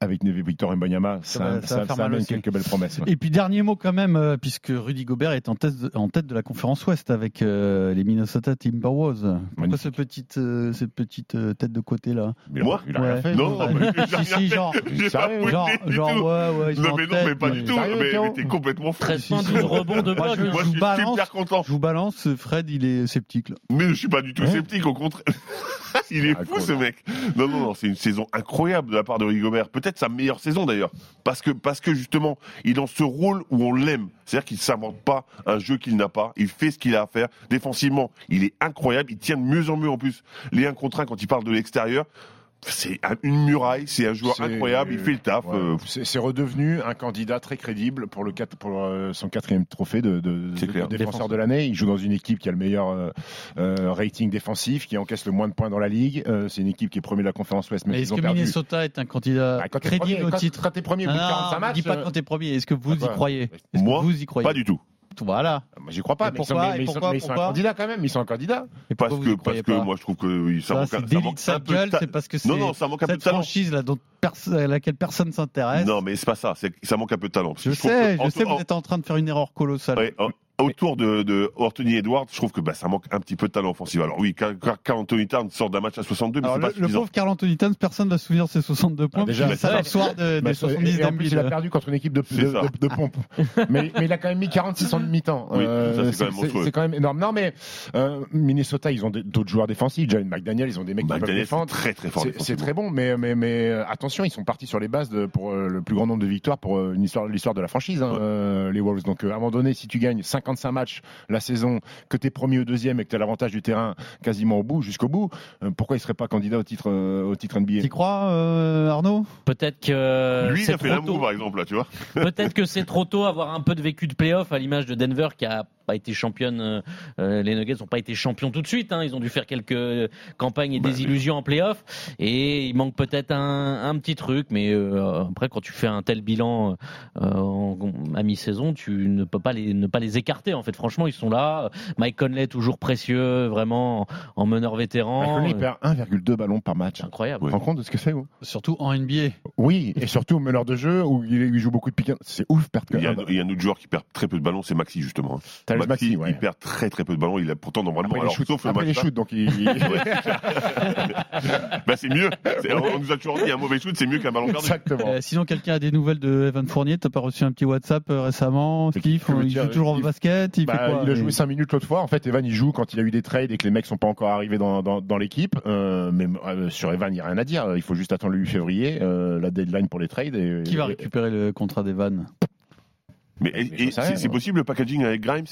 S7: avec Victor Mbanyama, ça,
S5: Ça va- ça va
S7: ça,
S5: faire
S7: ça
S5: mal
S7: amène
S5: aussi.
S7: quelques belles promesses. ouais.
S5: Et puis dernier mot quand même, euh, puisque Rudy Gobert est en, thèse- en tête de la conférence Ouest avec euh, les Minnesota Timberwolves. Pourquoi
S7: Magnifique.
S5: ce petite, euh, cette petite euh, tête de côté là
S6: Mais moi
S7: il a rien
S5: Ouais.
S7: fait.
S6: Non,
S5: Ouais.
S6: mais j'ai
S5: Si,
S6: rien
S5: si,
S6: fait.
S5: genre-
S6: J'ai pas
S7: Sérieux,
S6: fouetté
S5: Genre,
S6: du
S5: genre ouais,
S6: tout.
S5: ouais, ils sont
S6: Non,
S5: en
S6: mais non,
S5: tête,
S6: mais pas du tout.
S7: Sérieux,
S6: Mais,
S7: Pierrot
S6: mais t'es complètement fou.
S8: 13
S5: Si,
S8: points,
S5: si.
S8: 12 rebonds, 2
S5: Moi,
S8: blocs. hein.
S6: Moi, je
S5: vous
S6: suis
S5: balance.
S6: super content.
S5: Je vous balance, euh, Fred, il est sceptique là.
S6: Mais je suis pas du tout
S5: Hein
S7: Ouais.
S6: sceptique, au contraire. Il est
S7: Ah,
S6: fou
S7: cool.
S6: ce mec. Non, non, non, c'est une saison incroyable de la part de Rigobert. Peut-être sa meilleure saison d'ailleurs. Parce que, parce que justement, il est dans ce rôle où on l'aime. C'est-à-dire qu'il ne s'invente pas un jeu qu'il n'a pas. Il fait ce qu'il a à faire. Défensivement, il est incroyable. Il tient de mieux en mieux en plus. Les 1 contre 1 quand il parle de l'extérieur. C'est un- une muraille, c'est un joueur
S7: C'est-
S6: incroyable, il fait le taf.
S7: Ouais.
S6: euh,
S7: C'est c'est redevenu un candidat très crédible pour, le quatre- pour euh, son quatrième trophée de, de-
S6: C'est
S7: de-
S6: clair.
S7: de défenseur de l'année. Il joue dans une équipe qui a le meilleur euh, euh, rating défensif, qui encaisse le moins de points dans la ligue. Euh, C'est une équipe qui est première de la conférence Ouest, mais,
S5: Mais
S7: ils
S5: est-ce
S7: ont
S5: que
S7: perdu.
S5: Minnesota est un candidat
S7: Bah, quand t'es
S5: crédible
S7: premier-
S5: Euh, au
S7: quand-
S5: titre
S7: quand t'es premier au
S5: Non,
S7: bout de 45
S5: on
S7: matchs,
S5: dit pas
S7: euh,
S5: quand t'es premier. Est-ce que vous
S7: Ah bah,
S5: y croyez Est-ce que
S6: Moi,
S5: vous y croyez
S6: Pas du tout.
S5: Voilà.
S7: Moi, j'y crois pas,
S5: Et
S7: mais ils sont-
S5: pourquoi
S7: mais-
S5: Et
S7: mais ils sont
S5: pourquoi
S7: mais ils sont un
S5: Pourquoi
S7: candidat quand même. Ils sont un candidat.
S5: Et pourquoi
S6: Parce
S5: vous
S6: que,
S5: y
S6: parce
S5: croyez
S6: que
S5: pas
S6: moi je trouve que oui, ça,
S5: ça,
S6: manque, un-
S5: c'est
S6: ça
S5: délit
S6: manque
S5: de sa
S6: un peu de
S5: gueule,
S6: ta-
S5: c'est parce que c'est
S6: Non, non, ça manque un peu de
S5: cette
S6: talent.
S5: franchise là dont perso- à laquelle personne s'intéresse.
S6: Non, mais c'est pas ça, c'est que ça manque un peu de talent. Parce que
S5: Je
S6: trouve
S5: sais,
S6: que-
S5: je
S6: en-
S5: sais,
S6: en-
S5: vous êtes en train de faire une erreur colossale.
S6: Ouais, en- autour de, de Anthony Edwards, je trouve que bah, ça manque un petit peu de talent offensif. Alors oui, quand quand Anthony Towns sort d'un match à 62, mais
S5: Alors,
S6: c'est pas
S5: le, le
S6: suffisant.
S5: pauvre Carl Anthony Towns, personne ne va se souvenir de ses 62 points.
S7: Ah, déjà,
S5: parce que
S7: bah,
S5: c'est le
S7: ça-
S5: soir de,
S7: Bah,
S5: des 70
S7: et en plus,
S5: d'Embiid.
S7: il a perdu contre une équipe de,
S6: C'est
S7: de,
S6: ça.
S7: de- de pompe. mais, mais il a quand même mis 46 ans de mi-temps. Euh,
S6: Oui, ça, c'est quand même
S7: c'est-
S6: monstrueux.
S7: c'est quand même énorme. Non, mais euh, Minnesota, ils ont des- d'autres joueurs défensifs. Jalen McDaniel, ils ont des mecs qui peuvent
S6: McDaniel, c'est
S7: défendre.
S6: très très fort.
S7: C'est- C'est
S6: défensivement.
S7: très bon, mais, mais, mais euh, attention, ils sont partis sur les bases de, pour euh, le plus grand nombre de victoires pour euh, une histoire- l'histoire de la franchise, hein,
S6: Ouais.
S7: euh, les Wolves. Donc euh, à un moment donné, si tu gagnes 55 matchs la saison, que tu es premier ou deuxième et que tu as l'avantage du terrain quasiment au bout, jusqu'au bout, euh, pourquoi ils seraient pas candidats au titre, euh, au titre NBA
S5: T'y crois, euh, Arnaud
S8: Peut-être que
S6: Lui, il
S8: euh, c'est
S6: a fait
S8: trop
S6: l'amour
S8: tôt.
S6: par exemple là, tu vois.
S8: Peut-être que c'est trop tôt avoir un peu de vécu de playoff à l'image de Denver qui a pas été championnes. euh, euh, les Nuggets n'ont pas été champions tout de suite. hein. Ils ont dû faire quelques campagnes
S7: Bah
S8: et désillusions en playoff. Et il manque peut-être un, un petit truc. Mais euh, après, quand tu fais un tel bilan euh, en- à mi-saison, tu ne peux pas les, ne pas les écarter. En fait, franchement, ils sont là. Mike Conley, toujours précieux, vraiment en meneur vétéran.
S7: Conley, il
S6: euh,
S7: perd 1,2 ballons par match.
S8: C'est incroyable.
S7: Tu te rends compte de ce que c'est gros
S5: Surtout en NBA.
S7: Oui, et surtout au meneur de jeu où il il joue beaucoup de pick and- C'est ouf, perdre que
S6: Il y, a,
S7: un ballon.
S6: il y a un autre joueur qui perd très peu de ballons, c'est Maxi justement. hein.
S7: Thalys Maxi, ouais.
S6: il perd très très peu de ballons. Il a pourtant normalement.
S7: Après,
S6: alors,
S7: les shoots,
S6: sauf le
S7: après
S6: match
S7: les
S6: là,
S7: shoots, donc il...
S6: bah, c'est mieux. C'est- On on nous a toujours dit un mauvais shoot, c'est mieux qu'un ballon perdu.
S7: Exactement.
S5: Euh, sinon, quelqu'un a des nouvelles de Evan Fournier T'as pas reçu un petit WhatsApp euh, récemment
S7: Mais
S5: Steve,
S7: tu veux
S5: il
S7: dire,
S5: joue toujours en
S7: il-
S5: basket Il, fait
S7: Bah,
S5: quoi Euh,
S7: il a
S5: Mais-
S7: joué 5 minutes l'autre fois. En fait, Evan, il joue quand il a eu des trades et que les mecs sont pas encore arrivés dans, dans, dans l'équipe. Euh, mais euh, sur Evan, il n'y a rien à dire. Il faut juste attendre le 8 février, euh, la deadline pour les trades. Et,
S5: Qui va
S7: et-
S5: récupérer le contrat d'Evan
S6: Mais et-
S7: Mais
S6: et
S7: j'en sais rien,
S6: c'est c'est
S7: moi.
S6: possible le packaging avec Grimes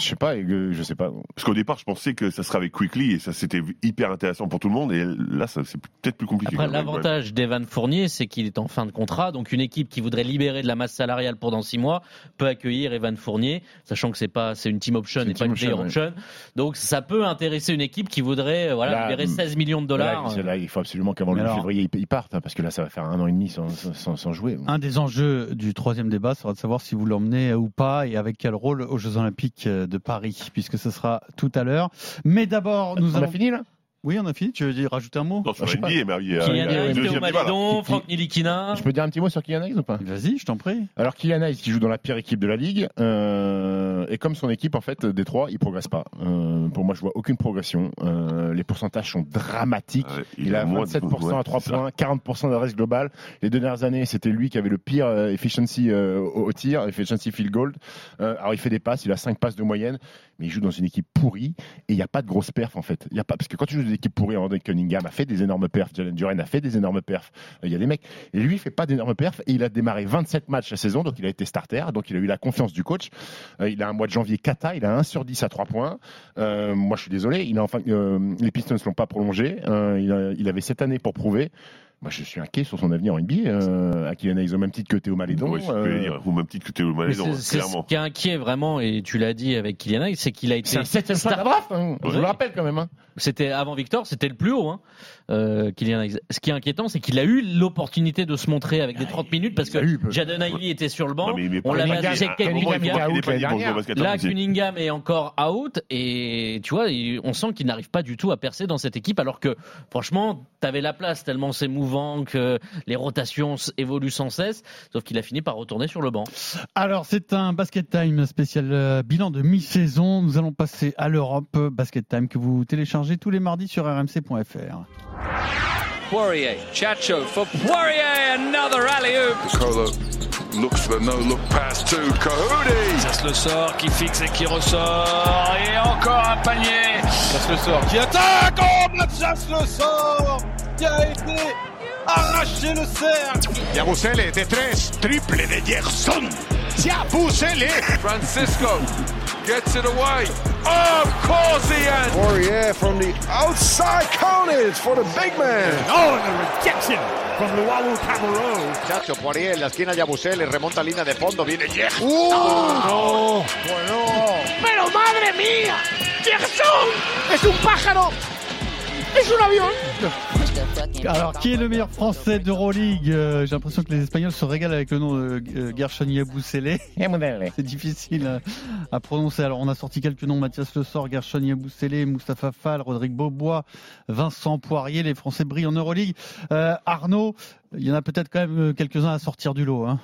S7: Je sais pas, et que- je sais pas.
S6: Parce qu'au départ, je pensais que ça serait avec Quickly et ça c'était hyper intéressant pour tout le monde. Et là, ça c'est peut-être plus compliqué.
S8: Après,
S6: quand même, avec Grimes.
S8: l'avantage d'Evan Fournier, c'est qu'il est en fin de contrat. Donc, une équipe qui voudrait libérer de la masse salariale pendant six mois peut accueillir Evan Fournier, sachant que c'est pas, c'est une team option
S7: C'est une
S8: et pas
S7: team
S8: une player
S7: option,
S8: option. Donc, ça peut intéresser une équipe qui voudrait, euh, voilà,
S7: Là,
S8: libérer 16 millions de
S7: Là,
S8: dollars.
S7: c'est là, il faut absolument qu'avant le
S5: Mais
S7: 8
S5: alors-
S7: février, il, il parte, hein, parce que là, ça va faire un an et demi sans, sans- sans- sans jouer.
S5: Un des enjeux du troisième débat sera de savoir si vous l'emmenez ou pas et avec quel rôle aux Jeux Olympiques euh, de Paris, puisque ce sera tout à l'heure. Mais d'abord, nous
S7: On a
S5: allons.
S7: fini là
S5: Oui, on a fini. Tu veux dire, rajouter un mot
S6: Non, sur
S7: Je sais
S6: NBA, mais oui, euh,
S8: Kylian
S6: il y a un
S8: Irving, Théo
S6: deuxième débat, là.
S8: Malédon,
S7: Qui-
S8: Franck Nilikina.
S7: Je peux dire un petit mot sur Kylian Hayes ou pas
S5: Vas-y, je t'en prie.
S7: Alors Kylian Hayes qui joue dans la pire équipe de la ligue euh, et comme son équipe en fait des trois il progresse pas. Euh, pour moi je vois aucune progression. Euh, les pourcentages sont dramatiques.
S6: Ouais,
S7: il, a
S6: moins de-
S7: 27%
S6: ouais,
S7: à 3
S6: c'est ça.
S7: points, 40% d'adresse globale. Les deux dernières années, c'était lui qui avait le pire euh, efficiency euh, au, au tir, efficiency field goal. Euh, alors il fait des passes, il a 5 passes de moyenne, mais il joue dans une équipe pourrie et il n'y a pas de grosse perf en fait. Il Y a pas, parce que quand tu joues dans une équipe pourrie, Randall Cunningham a fait des énormes perfs, Jalen Duren a fait des énormes perfs. Euh, Il y a des mecs et lui, il fait pas d'énormes perfs. Et il a démarré 27 matchs la saison, donc il a été starter, donc il a eu la confiance du coach. Euh, il a un mois de janvier cata, il a 1 sur 10 à 3 points. Euh, moi, je suis désolé, il a enfin, euh, les Pistons ne l'ont pas prolongé. Euh, il, a- il avait 7 années pour prouver. Moi, je suis inquiet sur son avenir en NBA, euh, à Kylian Hayes, au même titre que Théo Malédon.
S6: Ouais, c'est ce que je voulais
S7: euh,
S6: dire. Ou même titre que Théo
S8: Mais
S6: Malédon,
S8: C'est
S6: hein,
S8: c'est ce
S6: clairement.
S8: qui est inquiet vraiment, et tu l'as dit avec Kylian Hayes, c'est qu'il a été.
S7: c'est un 7 choix de la draft, hein. je
S8: Ouais.
S7: le rappelle quand même. hein.
S8: C'était avant Victor, c'était le plus haut. Hein, euh, Kylian Hayes. Ce qui est inquiétant, c'est qu'il a eu l'opportunité de se montrer avec des
S6: Ah,
S8: 30 minutes parce
S7: Il a eu
S8: que
S7: peu.
S8: Jaden Ivey était sur le
S6: Non,
S8: banc.
S6: mais il est
S8: On
S6: pas-
S8: l'avait
S6: il est-
S8: accusé
S6: à un
S8: Kevin
S6: moment, il est
S7: Cunningham
S6: pas- il est pas
S7: l'année
S6: dit bonjour au
S7: dernière.
S6: basket,
S8: Là,
S6: hein, c'est-
S8: Cunningham est encore out et tu vois, il- on sent qu'il n'arrive pas du tout à percer dans cette équipe alors que franchement, t'avais la place tellement c'est mouvant que les rotations s- évoluent sans cesse, sauf qu'il a fini par retourner sur le banc.
S5: Alors, c'est un Basket Time spécial euh, bilan de mi-saison. Nous allons passer à l'Europe. euh, Basket Time que vous téléchargez tous les mardis sur rmc.fr.
S9: Poirier, Chacho for Poirier, another alley-oop.
S3: Nicola looks for no look pass to Cody.
S2: Casse le sort, qui fixe et qui ressort. Et encore un panier. Casse le sort, qui attaque. Oh, la chasse le sort qui a été arraché le cercle.
S3: Yabusele de tres, triple de Gerson. Yabusele. Francisco gets it away. Of course he has. Poirier from the outside corners for the big man.
S2: Oh, and a rejection from Luau Cameroon.
S1: Chacho Poirier en la esquina de Abusele, remonta línea de fondo, viene Yeh.
S3: Oh, no. Bueno.
S9: Pero madre mía, Gerson es un pájaro, es un avión.
S5: Alors, qui est le meilleur français d'Euroleague Euh, J'ai l'impression que les Espagnols se régalent avec le nom de euh, Gershon Yabusele. C'est difficile euh, à prononcer. Alors, on a sorti quelques noms Mathias Le Sort, Gershon Yabusele, Moustapha Fall, Rodrigue Beaubois, Vincent Poirier. Les Français brillent en Euroleague. Euh, Arnaud, il y en a peut-être quand même euh, quelques-uns à sortir du lot. hein.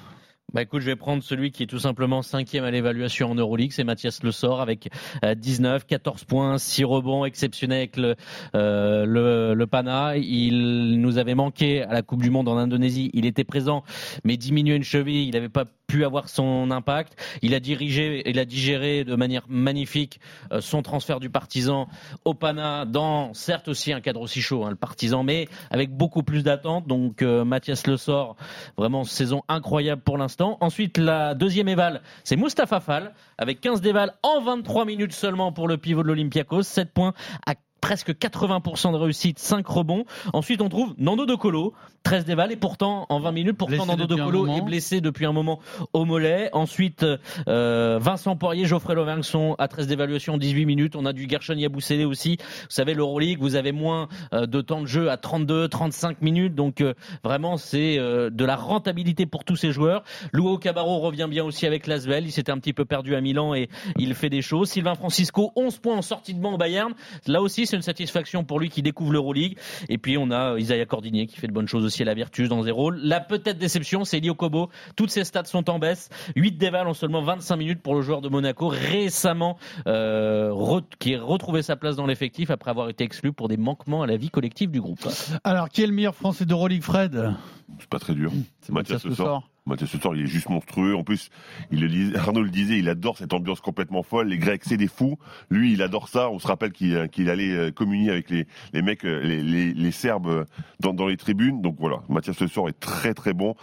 S8: Bah écoute, je vais prendre celui qui est tout simplement cinquième à l'évaluation en Euroleague, c'est Mathias Le Sort avec euh, 19, 14 points, 6 rebonds exceptionnels avec le, euh, le, le Pana. Il nous avait manqué à la Coupe du Monde en Indonésie, il était présent mais diminué une cheville, il n'avait pas pu avoir son impact. Il a dirigé, il a digéré de manière magnifique euh, son transfert du Partisan au Pana dans certes aussi un cadre aussi chaud, hein, le Partisan, mais avec beaucoup plus d'attentes. Donc euh, Mathias Le Sort Vraiment, saison incroyable pour l'instant. Ensuite, la deuxième éval, c'est Mustapha Fall, avec 15 dévals en 23 minutes seulement pour le pivot de l'Olympiakos. 7 points à presque 80% de réussite, 5 rebonds. Ensuite, on trouve Nando De Colo, 13 dévales et pourtant en 20 minutes, pourtant
S5: Blessé
S8: Nando De
S5: depuis un
S8: Colo
S5: moment.
S8: est blessé depuis un moment au mollet. Ensuite, euh, Vincent Poirier, Geoffrey Lovin sont à 13 d'évaluation, 18 minutes. On a du Gershon Yabusele aussi. Vous savez, l'Euroleague, vous avez moins euh, de temps de jeu à 32, 35 minutes. Donc euh, vraiment, c'est euh, de la rentabilité pour tous ces joueurs. Luo Cabarro revient bien aussi avec Lasvel. Il s'était un petit peu perdu à Milan et il fait des choses. Sylvain Francisco, 11 points en sortie de banc au Bayern. Là aussi, c'est une satisfaction pour lui qui découvre l'Euroleague. Et puis, on a Isaiah Cordinier qui fait de bonnes choses aussi à la Virtus dans zéro. La peut-être déception, c'est Elio Kobo. Toutes ses stats sont en baisse. 8 dévales en seulement 25 minutes pour le joueur de Monaco, récemment euh, re- qui a retrouvé sa place dans l'effectif après avoir été exclu pour des manquements à la vie collective du groupe.
S5: Alors, qui est le meilleur français d'Euroleague, Fred
S6: C'est pas très dur.
S5: C'est Mathias
S6: Mathias
S5: Le
S6: Lessard.
S5: Sort.
S6: Mathias Le Sort, il est juste monstrueux. En plus, il le dis- Arnaud le disait, il adore cette ambiance complètement folle. Les Grecs, c'est des fous. Lui, il adore ça. On se rappelle qu'il euh, qu'il allait euh, communier avec les, les mecs, euh, les, les- les Serbes euh, dans, dans les tribunes. Donc voilà, Mathias Le Sort est très très bon,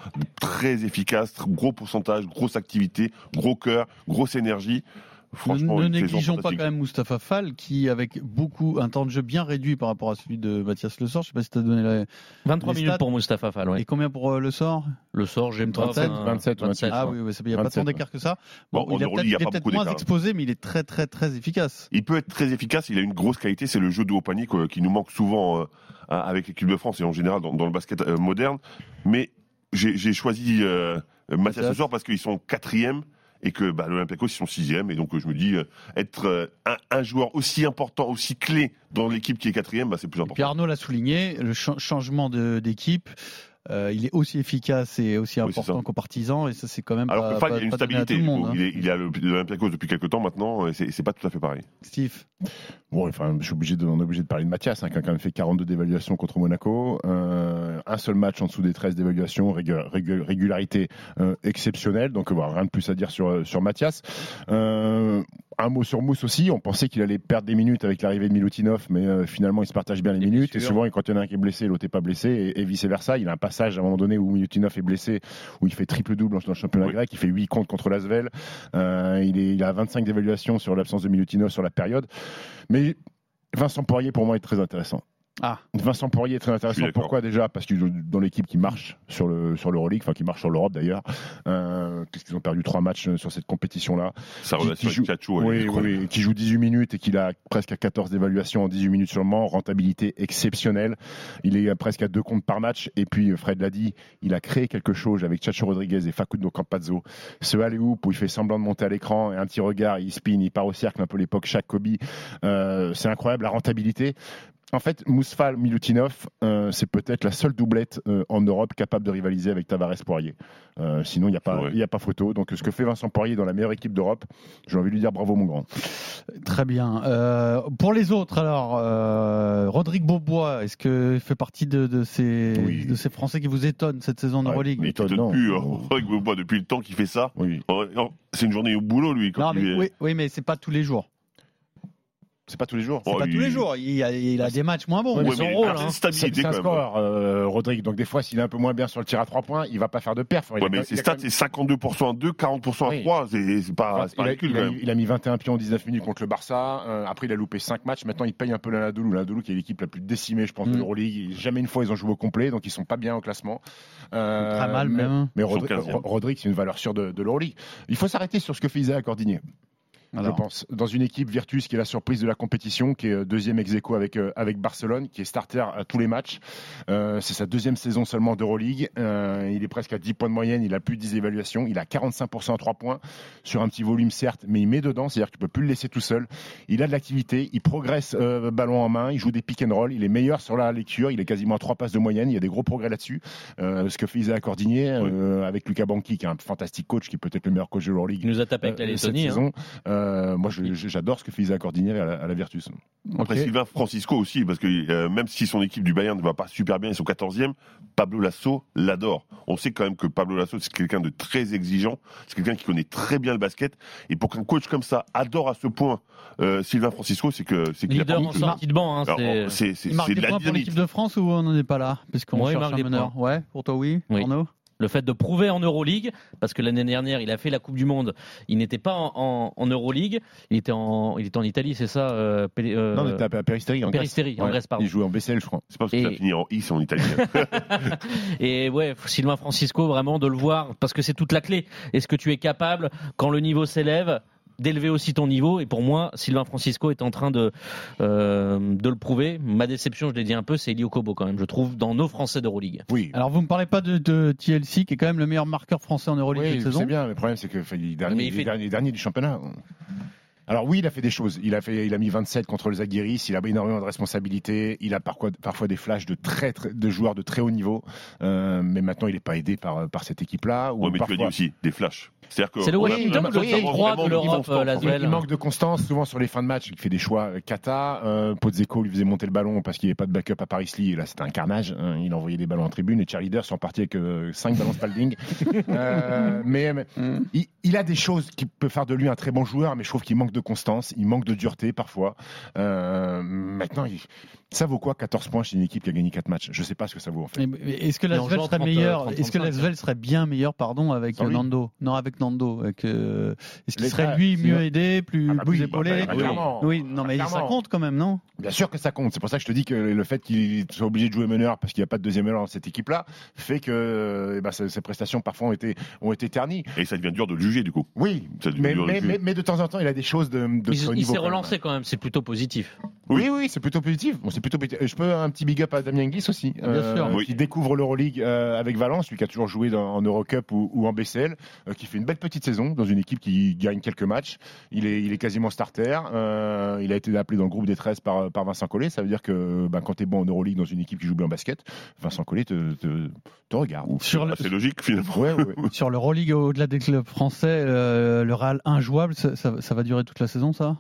S6: très efficace, tr- gros pourcentage, grosse activité, gros cœur, grosse énergie.
S5: Ne,
S6: Franchement,
S5: ne
S6: une saison
S5: négligeons pas
S6: fantastique.
S5: quand même Mustapha Fall, qui, avec beaucoup, un temps de jeu bien réduit par rapport à celui de Mathias Le Sort, je sais pas si tu as donné la.
S8: 23
S5: Les
S8: minutes
S5: stats-
S8: pour Mustapha Fall, ouais.
S5: Et combien pour euh, Le Sort
S8: Le sort, j'aime pas. hein.
S5: 37,
S8: enfin,
S7: 27, 27.
S5: Ah oui, oui, ça- il n'y a pas
S7: 27,
S5: tant d'écart que ça.
S6: Bon, en
S5: il, a peut-être-
S6: Euroleague, il y a
S5: il est
S6: pas
S5: peut-être
S6: beaucoup
S5: moins
S6: d'écart. hein.
S5: exposé, mais il est très, très, très efficace.
S6: Il peut être très efficace, il a une grosse qualité, c'est le jeu de haut panier quoi, qui nous manque souvent euh, à- avec l'équipe de France et en général dans, dans le basket euh, moderne. Mais j'ai j'ai choisi euh, Mathias
S5: Mathias.
S6: Lessard parce qu'ils sont quatrième et que bah, l'Olympiakos, ils sont sixième. Et donc euh, je me dis, euh, être euh, un, un joueur aussi important, aussi clé dans l'équipe qui est quatrième, bah, c'est plus
S5: Et puis
S6: important.
S5: Arnaud l'a souligné, le cha- changement de- d'équipe, euh, il est aussi efficace et aussi
S6: Oui, c'est
S5: important
S6: ça.
S5: qu'aux partisans, et ça c'est quand même
S6: Alors
S5: pas,
S6: que Fall,
S5: ah, bah, pas-
S6: il y a une
S5: pas donné à
S6: stabilité.
S5: tout
S6: du
S5: le
S6: coup.
S5: monde. hein.
S6: Il est, il est à l'Olymp- l'Olympiakos depuis quelques temps maintenant, et c'est c'est pas tout à fait pareil.
S5: Steve,
S7: Bon, enfin, je suis obligé de, on est obligé de parler de Mathias, hein, qui a quand même fait 42 d'évaluation contre Monaco. Euh, un seul match en dessous des 13 d'évaluation, régu- régu- régularité euh, exceptionnelle. Donc, euh, voilà, rien de plus à dire sur, euh, sur Mathias. Euh, un mot sur Mousse aussi. On pensait qu'il allait perdre des minutes avec l'arrivée de Milutinov, mais euh, finalement, il se partage bien les minutes. Et souvent, quand il y en a un qui est blessé, l'autre n'est pas blessé, et, vice-versa. Il y a un passage à un moment donné où Milutinov est blessé, où il fait triple-double dans le championnat
S6: Oui.
S7: grec. Il fait 8 comptes contre Lasvel. Euh, il, est, il a 25 d'évaluation sur l'absence de Milutinov sur la période. Mais Vincent Poirier, pour moi, est très intéressant.
S5: Ah.
S7: Vincent Poirier est très
S6: Je
S7: intéressant.
S6: suis d'accord.
S7: Pourquoi déjà Parce qu'il joue dans l'équipe qui marche sur le sur l'Euroleague, enfin qui marche sur l'Europe d'ailleurs. Euh, Qu'est-ce qu'ils ont perdu trois matchs euh, sur cette compétition-là
S6: Sa
S7: Qui- qui
S6: relation
S7: joue-
S6: avec Chacho, elle est
S7: Oui, oui,
S6: incroyable.
S7: oui, qui joue 18 minutes et qui a presque à 14 d'évaluation en 18 minutes seulement, rentabilité exceptionnelle. Il est à presque à deux comptes par match. Et puis euh, Fred l'a dit, il a créé quelque chose avec Chacho Rodriguez et Facundo Campazzo. Ce alley-oop où il fait semblant de monter à l'écran et un petit regard, il spin, il part au cercle, un peu l'époque Shaq Kobe. Euh, c'est incroyable la rentabilité. En fait, Mousfal Milutinov, euh, c'est peut-être la seule doublette euh, en Europe capable de rivaliser avec Tavares Poirier. Euh, sinon, il n'y a, pas-
S6: Ouais.
S7: il y a pas photo. Donc, ce que fait Vincent Poirier dans la meilleure équipe d'Europe, j'ai envie de lui dire bravo, mon grand.
S5: très bien. Euh, pour les autres, alors, euh, Rodrigue Beaubois, est-ce qu'il fait partie de, de ces,
S7: Oui.
S5: de ces Français qui vous étonnent cette saison en
S7: Ouais,
S5: Euroleague
S6: Mais il te
S7: Étonnant.
S6: donne plus, euh, Roy
S5: Oh.
S6: Goubois, depuis le temps qu'il fait ça.
S7: Oui,
S6: Oh, non, C'est une journée au boulot, lui. Quand
S5: Non,
S6: il
S5: mais
S6: est-
S5: oui, oui, mais c'est pas tous les jours.
S7: c'est pas tous les jours.
S5: C'est
S6: Oh,
S5: pas
S6: il-
S5: tous les jours. Il y a, il a des matchs moins bons.
S6: Ouais,
S5: mais
S6: mais
S5: son
S6: il est
S5: rôle,
S6: parti de
S5: hein.
S7: C'est
S6: stabilité
S7: c'est un
S6: quand même.
S7: score, euh, Rodrigue. Donc, des fois, s'il est un peu moins bien sur le tir à 3 points, il va pas faire de perf. Il a
S6: Ouais, mais
S7: quand-
S6: ses
S7: il a
S6: stats,
S7: quand
S6: c'est 52% à 2, 40% à
S7: Oui.
S6: 3. C'est c'est pas,
S7: Enfin,
S6: c'est
S7: il,
S6: pas
S7: a,
S6: ridicule,
S7: il a-
S6: quand même.
S7: il a mis 21 pions en 19 minutes contre le Barça. Euh, après, il a loupé 5 matchs. Maintenant, il paye un peu l'Anadolu. L'Anadolu, qui est l'équipe la plus décimée, je pense,
S5: Mm.
S7: de l'Euroleague. Jamais une fois, ils ont joué au complet. Donc, ils sont pas bien au classement. Euh,
S5: Très mal,
S7: mais-
S5: même.
S7: Mais
S6: Ils sont
S7: Rodri-
S6: 15e.
S7: Ro- Rodrigue, c'est une valeur sûre de, de l'Euroleague. Il faut s'arrêter sur ce que fait Isaiah Cordinier.
S5: Alors,
S7: Je pense. Dans une équipe Virtus qui est la surprise de la compétition, qui est euh, deuxième ex aequo avec, euh, avec Barcelone, qui est starter à tous les matchs. Euh, c'est sa deuxième saison seulement d'Euroleague. Euh, il est presque à 10 points de moyenne, il a plus de 10 évaluations, il a 45% à 3 points sur un petit volume certes, mais il met dedans, c'est-à-dire que tu peux plus le laisser tout seul. Il a de l'activité, il progresse euh, ballon en main, il joue des pick and roll, il est meilleur sur la lecture, il est quasiment à 3 passes de moyenne, il y a des gros progrès là-dessus. Euh, ce que fait Isaac Cordinier euh, avec Luca Banqui, qui est un fantastique coach, qui est peut-être le meilleur coach de l'Euroleague
S8: Il nous a tapé avec la
S7: euh, cette
S8: Lettonie. hein.
S7: saison. Euh, moi, je- je- j'adore ce que fait Isaac Cordinier à la, à la Virtus.
S6: Après
S5: ok.
S6: Sylvain Francisco aussi, parce que euh, même si son équipe du Bayern ne va pas super bien, ils sont 14e, Pablo Lasso l'adore. On sait quand même que Pablo Lasso, c'est quelqu'un de très exigeant, c'est quelqu'un qui connaît très bien le basket. Et pour qu'un coach comme ça adore à ce point euh, Sylvain Francisco, c'est que c'est qu'il a
S8: Leader
S6: pas
S8: en
S6: que-
S8: sortie de banc. hein,
S6: Alors,
S8: c'est-
S6: c'est c'est-
S5: Il marque
S6: c'est
S5: des
S6: de la
S5: points pour
S6: dynamique.
S5: l'équipe de France ou on n'en est pas là Parce qu'on
S8: Ouais, il
S5: cherche
S8: marque
S5: un
S8: des
S5: meneur. Ouais, pour toi oui,
S8: Oui.
S5: Arnaud
S8: Le fait de prouver en Euroleague, parce que l'année dernière, il a fait la Coupe du Monde, il n'était pas en, en, en Euroleague, il était en, il était en Italie, c'est ça euh, Pélé- euh,
S7: Non, mais t'as à Péristérie, en
S8: Péristérie, en Grèce, pardon.
S7: Il jouait en BCL, je crois.
S6: C'est pas parce que
S8: Et-
S6: ça finit en X en italien.
S8: Et ouais, Sylvain Francisco, vraiment de le voir, parce que c'est toute la clé. Est-ce que tu es capable, quand le niveau s'élève, d'élever aussi ton niveau Et pour moi, Sylvain Francisco est en train de, euh, de le prouver. Ma déception, je l'ai dit un peu, c'est Elio Kobo quand même, je trouve, dans nos Français d'Euroleague.
S7: Oui.
S5: Alors, vous me parlez pas de, de TLC, qui est quand même le meilleur marqueur français en Euroleague
S7: Oui,
S5: cette
S7: c'est
S5: saison.
S7: bien. mais Le problème, c'est que enfin, il est dernier,
S8: Mais il
S7: il est
S8: fait-
S7: dernier, dernier du championnat. Alors oui, il a fait des choses. Il a fait, il a mis 27 contre les Aguirris. Il a énormément de responsabilités. Il a parfois, parfois des flashs de très, très- de joueurs de très haut niveau. Euh, mais maintenant, il n'est pas aidé par par cette équipe-là. ou
S6: Ouais, mais tu as dit
S7: parfois-
S6: aussi, des flashs. C'est-à-dire que
S8: C'est le
S6: on a-
S8: Washington
S6: on a-
S8: ou le
S6: on a
S8: top
S6: vraiment
S8: 3 de
S6: du
S8: l'Europe,
S6: monster,
S8: euh, la
S6: en fait.
S7: Il,
S8: Well.
S7: il manque de constance, souvent sur les fins de match, il fait des choix. euh, Kata, euh, Pozzecco lui faisait monter le ballon parce qu'il n'y avait pas de backup à Paris Lee. Et là, c'était un carnage. hein. il envoyait des ballons en tribune. Les cheerleaders sont partis avec 5 ballons Spalding. Euh, mais mais il, il a des choses qui peuvent faire de lui un très bon joueur, mais je trouve qu'il manque de constance, il manque de dureté parfois. Euh, maintenant, il- ça vaut quoi 14 points chez une équipe qui a gagné 4 matchs Je ne sais pas ce que ça vaut en fait.
S5: Mais- mais Est-ce que
S11: Il en
S5: l'Asvel
S11: joue en
S5: serait
S11: 30,
S5: meilleur
S11: 30,
S5: Est-ce que
S11: 35.
S5: l'Asvel serait bien meilleur, pardon, avec
S7: Sans
S5: euh,
S7: lui.
S5: Nando Non, avec Nando. avec, euh, Est-ce qu'il
S7: Les
S5: serait
S7: gars,
S5: lui
S7: c'est-
S5: mieux aidé, plus,
S7: Ah bah
S5: plus
S7: oui,
S5: épaulé
S7: bah,
S6: Oui.
S7: clairement.
S5: Oui, non, mais ça
S7: Clairement.
S5: compte quand même, non
S7: Bien sûr que ça compte. C'est pour ça que je te dis que le fait qu'il soit obligé de jouer meneur parce qu'il n'y a pas de deuxième meneur dans cette équipe-là fait que euh, eh ben, ses, ses prestations parfois ont été, ont été ternies.
S6: Et ça devient dur de le juger, du coup.
S7: Oui,
S6: Ça a dû
S7: mais,
S6: durer
S7: mais,
S6: plus.
S7: mais- mais de temps en temps, il a des choses de, de très haut
S8: Il, il
S7: niveau,
S8: s'est
S7: quand même.
S8: relancé quand même, c'est plutôt positif.
S7: Oui, oui, c'est plutôt positif. Bon, c'est plutôt positif. Je peux un petit big up à Damien Guis aussi, euh,
S5: sûr.
S6: Oui.
S7: qui découvre l'Euroleague euh, avec Valence, lui qui a toujours joué dans, en Eurocup ou, ou en BCL, euh, qui fait une belle petite saison dans une équipe qui gagne quelques matchs. Il est, il est quasiment starter. Euh, il a été appelé dans le groupe des 13 par, par Vincent Collet. Ça veut dire que ben, quand tu es bon en Euroleague dans une équipe qui joue bien en basket, Vincent Collet te, te, te regarde.
S5: Sur le-
S6: Ah, C'est logique, finalement.
S7: Ouais, ouais, ouais.
S5: Sur le Euroleague, au-delà des clubs français, euh, le Real injouable, ça, ça- ça va durer toute la saison, ça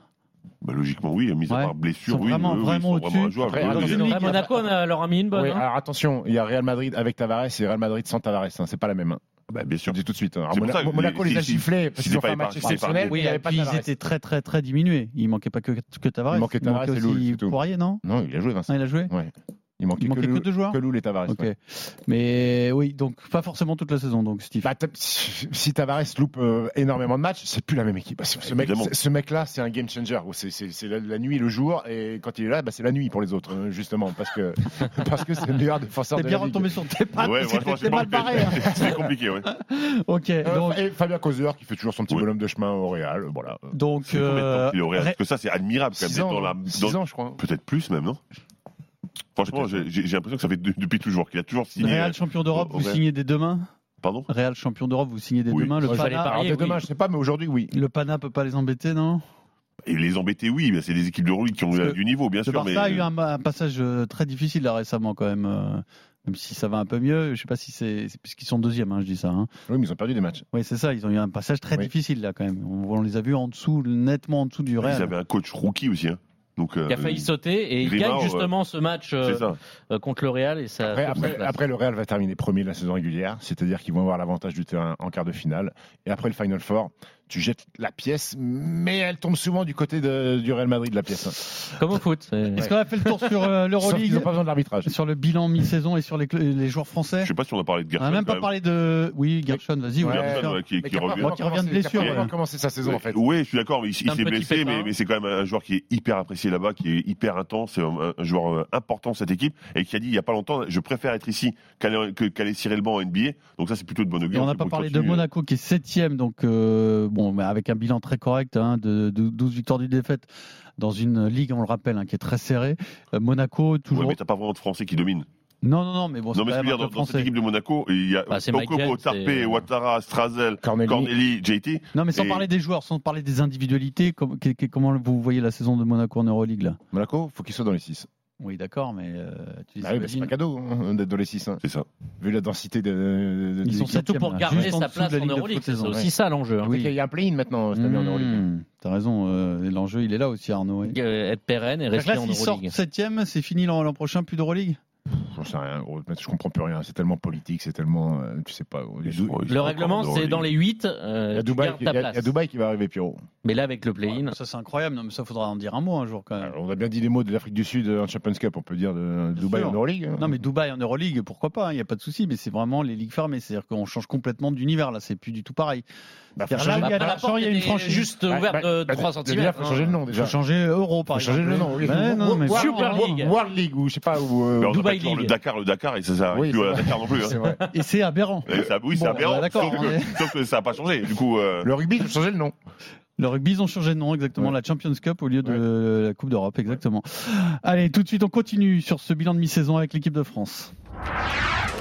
S6: Bah, logiquement, oui, mis à
S5: Ouais.
S6: part blessure,
S5: Ils sont
S6: oui.
S5: vraiment,
S6: eux, ils
S5: vraiment
S6: sont
S5: au-dessus.
S6: injouables.
S7: Après,
S6: Oui,
S7: Arnaud
S6: oui,
S7: Dominique,
S8: À Monaco, on a- leur a mis une bonne.
S7: Ouais,
S8: hein.
S7: alors attention, il y a Real Madrid avec Tavares et Real Madrid sans Tavares. hein. c'est pas la même. hein.
S6: bah, bien
S7: Je
S6: sûr.
S7: le dis tout de suite. hein.
S6: C'est pour
S7: Mona-
S6: ça que
S7: Monaco
S6: les-
S7: les a
S6: si-
S7: giflés
S6: si-
S7: parce
S6: si
S7: qu'ils ont
S6: c'est
S7: fait un
S6: pas
S7: match
S6: épargné, c'est
S7: exceptionnel.
S6: épargné.
S7: mais
S5: Oui,
S7: il n'y avait
S5: et
S7: pas
S5: puis ils
S7: Tavares.
S5: étaient très, très, très diminués. Il manquait pas que, que Tavares.
S7: Il manquait Tavares et Loul,
S5: aussi
S7: c'est tout.
S5: Poirier, non
S7: Non, il a joué Vincent.
S5: Ah, Il a joué
S7: Ouais. Il manquait,
S5: Il manquait
S7: que,
S5: que
S7: Loul-
S5: deux joueurs
S7: que Loul et Tavares.
S5: Ok.
S7: ouais.
S5: Mais oui, donc pas forcément toute la saison, donc Steve.
S7: Bah, t'as- si Tavares loupe euh, énormément de matchs, c'est plus la même équipe. Bah, ce, ce mec,
S6: Évidemment.
S7: ce- ce mec-là, c'est un game changer. C'est, c'est- c'est la, la nuit et le jour, et quand il est là, bah, c'est la nuit pour les autres, euh, justement, parce que parce que c'est le meilleur défenseur
S5: T'es
S7: de
S5: bien
S7: la ligue.
S5: retombé sur tes pattes,
S6: Ouais,
S5: parce que
S6: franchement,
S5: t'étais Ah, mal barré. hein.
S6: C'est compliqué, ouais.
S5: Ok,
S7: Euh,
S5: donc,
S7: et Fabien Causeur qui fait toujours son petit
S6: Oui.
S7: bonhomme de chemin au Real, euh, voilà.
S5: donc
S6: C'est combien de
S5: euh,
S6: temps qu'il est au Real
S5: Ré-
S6: Parce que ça, c'est admirable, quand même.
S7: 6
S6: d'être
S7: ans,
S6: dans la-
S7: six
S6: dans-
S7: ans, je crois.
S6: Peut-être plus, même, non Franchement,
S7: Peut-être.
S6: j'ai j'ai- j'ai l'impression que ça fait de- depuis toujours, qu'il a toujours signé. euh,
S5: Real champion d'Europe,
S6: au- au
S5: vous
S6: Real.
S5: signez dès demain
S6: Pardon
S5: Real champion d'Europe, vous signez dès
S6: Oui.
S5: demain le
S8: Ouais, j'allais
S5: Pana,
S8: pas.
S7: Alors,
S8: Pareil,
S7: dès demain,
S8: oui.
S7: je sais pas, mais aujourd'hui, oui.
S5: le Pana peut pas les embêter, non
S6: Et les embêter, oui, mais c'est des équipes de rugby qui ont
S5: Parce
S6: eu
S5: que
S6: du niveau, bien
S5: Le
S6: sûr.
S5: Barça
S6: mais...
S5: a eu un, ma- un passage euh, très difficile là récemment quand même. euh, Même si ça va un peu mieux, je sais pas si c'est c'est parce qu'ils sont deuxième, hein, je dis ça. hein.
S7: Oui, mais ils ont perdu des matchs.
S5: Oui, c'est ça, ils ont eu un passage très
S7: Oui.
S5: difficile là quand même. On, on les a vus en dessous, nettement en dessous du
S6: Ils
S5: Real.
S6: avaient un coach rookie aussi. Hein. Donc,
S8: Qui a
S6: euh,
S8: failli sauter et il
S6: Grimard,
S8: gagne
S6: euh,
S8: justement ce match euh,
S6: C'est ça.
S8: euh, contre le Real et ça.
S7: Après,
S8: ça
S7: après-
S8: se place.
S7: après, le Real va terminer premier de la saison régulière, c'est-à-dire qu'ils vont avoir l'avantage du terrain en quart de finale. Et après le Final Four, tu jettes la pièce, mais elle tombe souvent du côté de- du Real Madrid, la pièce.
S8: Comme au foot. c'est-
S5: Est-ce qu'on a fait le tour sur euh,
S7: Sauf qu'ils
S5: l'Euroleague,
S7: n'ont pas besoin de l'arbitrage.
S5: sur le bilan mi-saison et sur les, cl- les joueurs français
S6: Je sais pas si on a parlé de
S5: On
S6: Gerson.
S5: n'a même
S6: quand
S5: pas parlé de. Oui, Gershon, vas-y.
S7: Ouais.
S5: on va
S6: Gerson,
S5: faire.
S6: ouais, qui,
S7: Mais
S6: qui
S7: a pas
S6: revient.
S7: vraiment
S5: Qui revient de
S7: commencé- qui a pas
S5: blessure,
S7: vraiment
S5: ouais.
S7: commencé sa saison, en fait.
S6: Oui, Oui, je suis d'accord, mais il, il
S8: un
S6: s'est
S8: petit
S6: blessé,
S8: pépin,
S6: mais,
S8: hein.
S6: mais c'est quand même un joueur qui est hyper apprécié là-bas, qui est hyper intense, un, un joueur euh, important de cette équipe, et qui a dit il y a pas longtemps, je préfère être ici qu'aller que- qu'aller cirer le banc en NBA. Donc ça, c'est plutôt de bonne
S5: Et
S6: augure.
S5: on n'a
S6: c'est
S5: pas
S6: pour
S5: parlé de
S6: continuer.
S5: Monaco qui est septième, donc euh, bon, mais avec un bilan très correct, hein, de, de 12 victoires du défaite dans une ligue, on le rappelle, hein, qui est très serrée. Euh, Monaco
S6: Ouais,
S5: toujours.
S6: mais t'as pas vraiment de Français qui domine.
S5: Non, non, non, mais bon, c'est
S6: non, mais
S5: quand
S6: je veux
S5: même
S6: dire,
S5: un
S6: dans,
S5: club
S6: dans cette
S5: français.
S6: équipe de Monaco, il y a
S8: Bah, c'est
S6: Tokobo,
S8: Michael, c'est-
S6: Tarpe, Ouattara, Strazel,
S7: Corneli.
S6: Corneli, JT.
S5: Non, mais sans
S6: Et-
S5: parler des joueurs, sans parler des individualités, com- qu'est- qu'est- comment vous voyez la saison de Monaco en Euroleague là
S7: Monaco, faut qu'ils soient dans les 6.
S5: Oui, d'accord, mais euh, tu les
S7: Bah oui, bah, c'est
S5: imagines.
S7: pas cadeau hein, d'être dans les 6.
S6: C'est ça.
S7: Vu la densité de. de-
S5: Ils
S7: de-
S5: sont
S7: de-
S5: sept.
S8: Surtout pour
S5: Septième,
S8: garder
S5: juste en
S8: sa
S5: dessous de
S8: place
S5: la
S8: en
S5: Ligue de
S8: Euroleague,
S5: foot
S8: c'est
S5: saison,
S8: aussi
S5: ouais.
S8: ça l'enjeu. hein.
S5: Oui.
S7: Il y a un play-in maintenant cette année en Euroleague.
S5: Mmh, T'as raison, euh, l'enjeu il est là aussi, Arnaud. oui.
S8: Euh, Être pérenne et
S5: Fait que
S8: rester
S5: Là,
S8: en
S5: s'ils sortent
S8: Euroleague.
S5: septième, c'est fini l'an l'an prochain, plus d'Euroleague
S7: Pff, j'en sais rien, gros. Je comprends plus rien. C'est tellement politique, c'est tellement. euh, tu sais pas. gros.
S6: Ils sont- ils sont
S8: Le règlement,
S6: encore
S8: c'est dans les euh, 8.
S7: Il y a Dubaï, qui- il y a- il y a Dubaï qui va arriver, Pierrot.
S8: Mais là, avec le play-in,
S5: Ça, c'est incroyable. Non, mais ça, faudra en dire un mot un jour quand même.
S7: Alors, Euh, on a bien dit les mots de l'Afrique du Sud euh, en Champions Cup, on peut dire de Dubaï
S5: sûr.
S7: en Euroleague. hein.
S5: Non, mais Dubaï en Euroleague, pourquoi pas Il n'y a pas de souci, mais c'est vraiment les ligues fermées. C'est-à-dire qu'on change complètement d'univers, là, c'est plus du tout pareil.
S7: Bah, faut
S5: Là,
S7: changer-
S5: il y a euh,
S8: bah,
S5: la
S8: la porte
S5: il y a une
S8: était
S5: franchise.
S8: juste
S7: Bah,
S8: ouverte
S7: bah,
S8: de
S7: bah,
S8: 3 cm.
S7: Déjà, faut changer le nom.
S5: Il faut
S7: Déjà.
S5: changer euh, euro, par
S7: Faut changer
S5: exemple.
S7: le nom, oui.
S5: hein. Ouais, non, mais
S7: World-
S8: Super
S7: World-
S8: League.
S7: World League ou je sais pas où. euh,
S6: Mais
S8: Dubaï
S6: on n'a pas toujours
S8: League.
S6: Le Dakar, le Dakar, et ça, ça
S7: Oui,
S6: arrive
S7: c'est
S6: plus à
S7: vrai.
S6: Dakar non plus. hein.
S7: C'est vrai.
S5: Et c'est aberrant.
S6: Et ça- oui, c'est
S5: Bon,
S6: aberrant.
S5: bah, d'accord,
S6: sauf,
S5: on
S6: que,
S5: est-
S6: sauf que ça n'a pas changé. Du coup, euh,
S7: Le rugby, il faut changer le nom.
S5: Le rugby, ils ont changé de nom, exactement.
S7: Ouais.
S5: La Champions Cup au lieu de la Coupe d'Europe, exactement. Allez, tout de suite, on continue sur ce bilan de mi-saison avec l'équipe de France.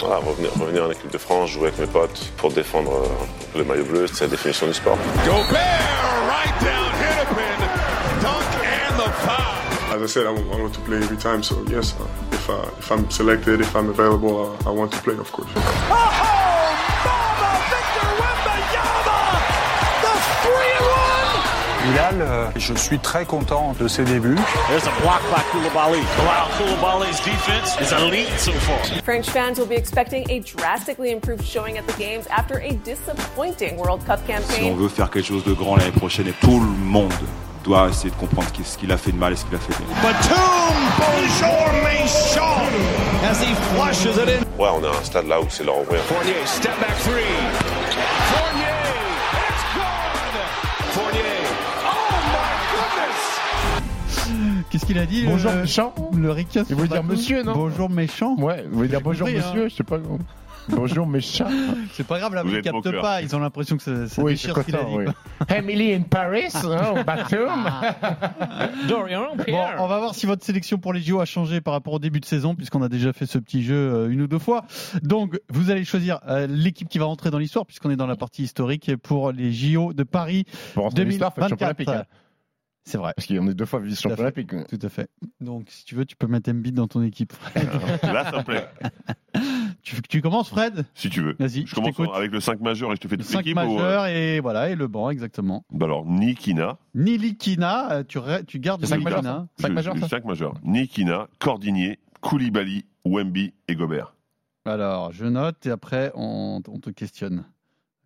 S11: Voilà, Ah, revenir, revenir en équipe de France, jouer avec mes potes pour défendre euh, le maillot bleu, c'est la définition du sport.
S3: Gobert, right down, hit a pin, dunk and the foul.
S12: As I said, I want, I want to play every time, so yes, uh, if, I, if I'm selected, if I'm available, uh, I want to play, of
S2: Oh,
S12: course.
S10: euh, Je suis très content de ses débuts.
S2: There's a block by Koulibaly. Wow, Koulibaly's defense is elite so far.
S9: French fans will be expecting a drastically improved showing at the games after a disappointing World Cup campaign.
S10: veut faire quelque chose de grand l'année prochaine, et tout le monde doit essayer de comprendre ce qu'il a fait de mal et ce qu'il a fait de bien.
S2: Batum, bonjour, Mason, as he flushes it in.
S11: Ouais, on a un stade là où c'est leur ouvrir.
S2: Fournier, step back three. Fournier, it's good. Fournier, oh my goodness.
S5: Qu'est-ce qu'il a dit
S7: Bonjour,
S5: le,
S7: méchant.
S5: euh, le Ricasse
S7: Il voulait
S5: sur la
S7: dire
S5: coupe
S7: monsieur, non
S5: Bonjour méchant.
S7: Ouais, vous voulez dire bonjour,
S5: compris, hein.
S7: monsieur, je sais pas. gros. Bonjour, mes chats.
S5: C'est pas grave, là,
S6: Vous
S5: ils
S6: êtes beau
S5: captent
S6: cœur.
S5: pas. Ils ont l'impression que ça, ça
S7: Oui, je suis
S5: déchire ce qu'il a
S7: content,
S5: dit. Ah,
S7: oui.
S5: quoi.
S7: Emily in Paris, hein, au bathroom.
S8: Dorian
S5: Bon,
S8: Pierre.
S5: on va voir si votre sélection pour les JO a changé par rapport au début de saison, puisqu'on a déjà fait ce petit jeu euh, une ou deux fois. Donc, vous allez choisir euh, l'équipe qui va rentrer dans l'histoire, puisqu'on est dans la partie historique pour les JO de Paris
S7: Pour rentrer dans l'histoire, faut être champion olympique.
S5: 2024.
S7: hein.
S5: C'est vrai,
S7: Parce qu'on est deux fois vice-champion
S5: Tout à fait.
S7: olympique.
S5: tout à fait. Donc, si tu veux, tu peux mettre Embiid dans ton équipe.
S6: là, ça me plaît.
S5: Tu, tu commences, Fred
S6: Si tu veux.
S5: Vas-y,
S6: Je
S5: je
S6: commence
S5: t'écoute.
S6: avec le 5 majeur et je te fais
S5: Le
S6: toute
S5: 5
S6: l'équipe. ou, euh,
S5: majeur et voilà, et le banc, exactement.
S6: bah Alors, Nikina.
S5: Nilikina, euh, tu, re- tu gardes
S7: Le cinq majeur,
S5: Nilikina.
S7: Cinq majeurs, ça
S6: 5 majeur. Nikina, Cordigné, Koulibaly, Wemby et Gobert.
S5: Alors, je note et après, on, on te questionne.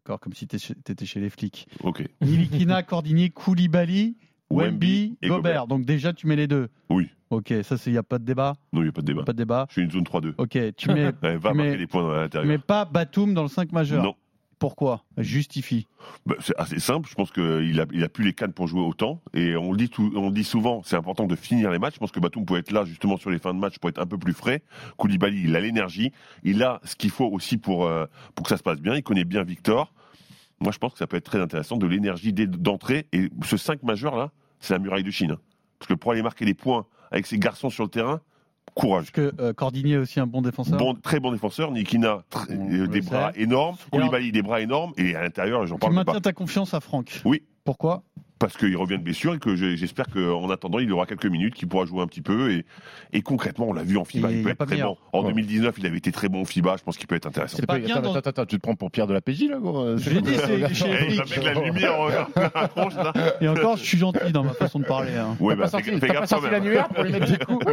S5: D'accord, comme si t'es chez- t'étais chez les flics.
S6: Ok.
S5: Nilikina, Cordigny, Koulibaly, Wemby,
S6: et
S5: Gobert. Donc déjà, tu mets les deux.
S6: Oui.
S5: Ok, ça, il n'y a pas de débat.
S6: Non, il n'y a pas de débat.
S5: Pas de débat.
S6: Je suis une zone 3-2.
S5: Ok, tu mets,
S6: Ouais, va
S5: Mais-
S6: marquer des points à
S5: tu
S6: l'intérieur.
S5: mets pas Batum dans le 5 majeur.
S6: Non.
S5: Pourquoi Justifie.
S6: Bah, c'est assez simple. Je pense qu'il a, il a plus les cannes pour jouer autant. Et on le dit, tout, on le dit souvent, c'est important de finir les matchs. Je pense que Batum peut être là justement sur les fins de match pour être un peu plus frais. Koulibaly, il a l'énergie. Il a ce qu'il faut aussi pour, euh, pour que ça se passe bien. Il connaît bien Victor. Moi, je pense que ça peut être très intéressant de l'énergie dès- d'entrée. Et ce 5 majeur là, c'est la muraille de Chine. hein. Parce que pour aller marquer les points avec ces garçons sur le terrain, courage.
S5: Parce que euh, Cordigny est aussi un bon défenseur.
S6: Bon, très bon défenseur, Nikina, tr-
S5: On
S6: euh,
S5: le
S6: des
S5: sait.
S6: bras énormes,
S5: Et alors-
S6: Koulibaly, des bras énormes, et à l'intérieur, j'en
S5: tu
S6: parle
S5: maintiens
S6: pas.
S5: ta confiance à Franck.
S6: Oui.
S5: Pourquoi
S6: Parce qu'il revient de blessure et que j'ai- j'espère qu'en attendant, il aura quelques minutes, qu'il pourra jouer un petit peu. Et, et concrètement, on l'a vu en FIBA,
S5: Et
S6: il
S5: y a
S6: peut être
S5: pas
S6: très
S5: meilleur.
S6: bon. En
S7: Ouais.
S6: 2019, il avait été très bon en FIBA, je pense qu'il peut être intéressant.
S5: C'est pas bien
S7: attends,
S5: dans-
S7: attends, attends, tu te prends pour Pierre de la PJ, là, gros. euh,
S5: Je l'ai dit, c'est chez
S6: Eh,
S5: les
S6: il m'a mis de la lumière en- en la tronche, là.
S5: Et encore, je suis gentil dans ma façon de parler. hein.
S6: Ouais,
S7: T'as pas
S6: bah, fais
S7: sorti,
S6: fais
S7: t'as pas
S6: gaffe quand
S7: sorti
S6: même.
S7: l'annuaire pour lui mettre des coups.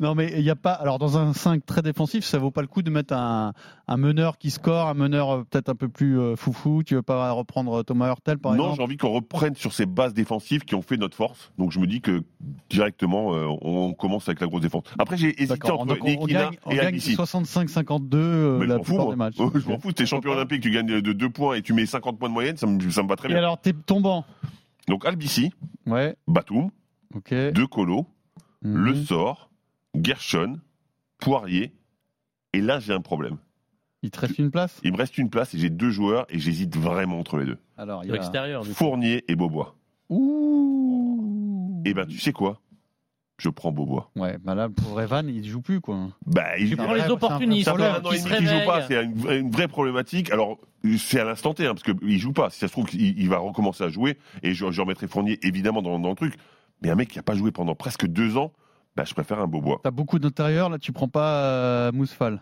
S5: Non, mais il n'y a pas. Alors, dans un 5 très défensif, ça vaut pas le coup de mettre un, un meneur qui score, un meneur euh, peut-être un peu plus euh, foufou. Tu veux pas reprendre euh, Thomas Hurtel, par
S6: Non, j'ai
S5: exemple
S6: envie qu'on reprenne sur ces bases défensives qui ont fait notre force. Donc je me dis que directement, euh, on commence avec la grosse défense. Après, j'ai hésité
S5: D'accord,
S6: entre
S5: donc on, on
S6: Nikina
S5: gagne, on
S6: et
S5: gagne
S6: Anissi.
S5: 65-52 euh,
S6: Mais je
S5: la
S6: m'en fous,
S5: plupart
S6: moi.
S5: des matchs.
S6: Oh, Je m'en fous, t'es champion olympique, tu gagnes de 2 points et tu mets 50 points de moyenne, ça me, ça me va très
S5: Et
S6: bien.
S5: alors, t'es tombant.
S6: Donc Albici,
S5: Ouais,
S6: Batum,
S5: ok.
S6: De Colo,
S5: Mhm.
S6: Le Sort, Gershon, Poirier. Et là, j'ai un problème.
S5: Il te reste une place
S6: Il me reste une place et j'ai deux joueurs et j'hésite vraiment entre les deux.
S5: Alors, il
S8: De
S5: y a...
S8: l'extérieur, du coup.
S6: Fournier et Beaubois.
S5: Ouh
S6: Et ben, tu sais quoi Je prends Beaubois.
S5: Ouais, bah là, pour Evan, il joue plus, quoi.
S6: Bah, il,
S8: Tu prends
S5: Ouais,
S8: les
S5: c'est un
S8: opportunistes
S6: Ça fait
S5: Problème,
S6: un an
S8: qui
S6: et
S8: se
S6: demi qu'il joue
S8: réveillent.
S6: pas, c'est une, vraie- une vraie problématique. Alors, c'est à l'instant T, hein, parce qu'il joue pas. Si ça se trouve, il, il va recommencer à jouer, et je, je remettrai Fournier évidemment dans, dans le truc. Mais un mec qui a pas joué pendant presque deux ans, bah, je préfère un Beaubois.
S5: T'as beaucoup d'intérieur, là, tu prends pas euh, Mousfal.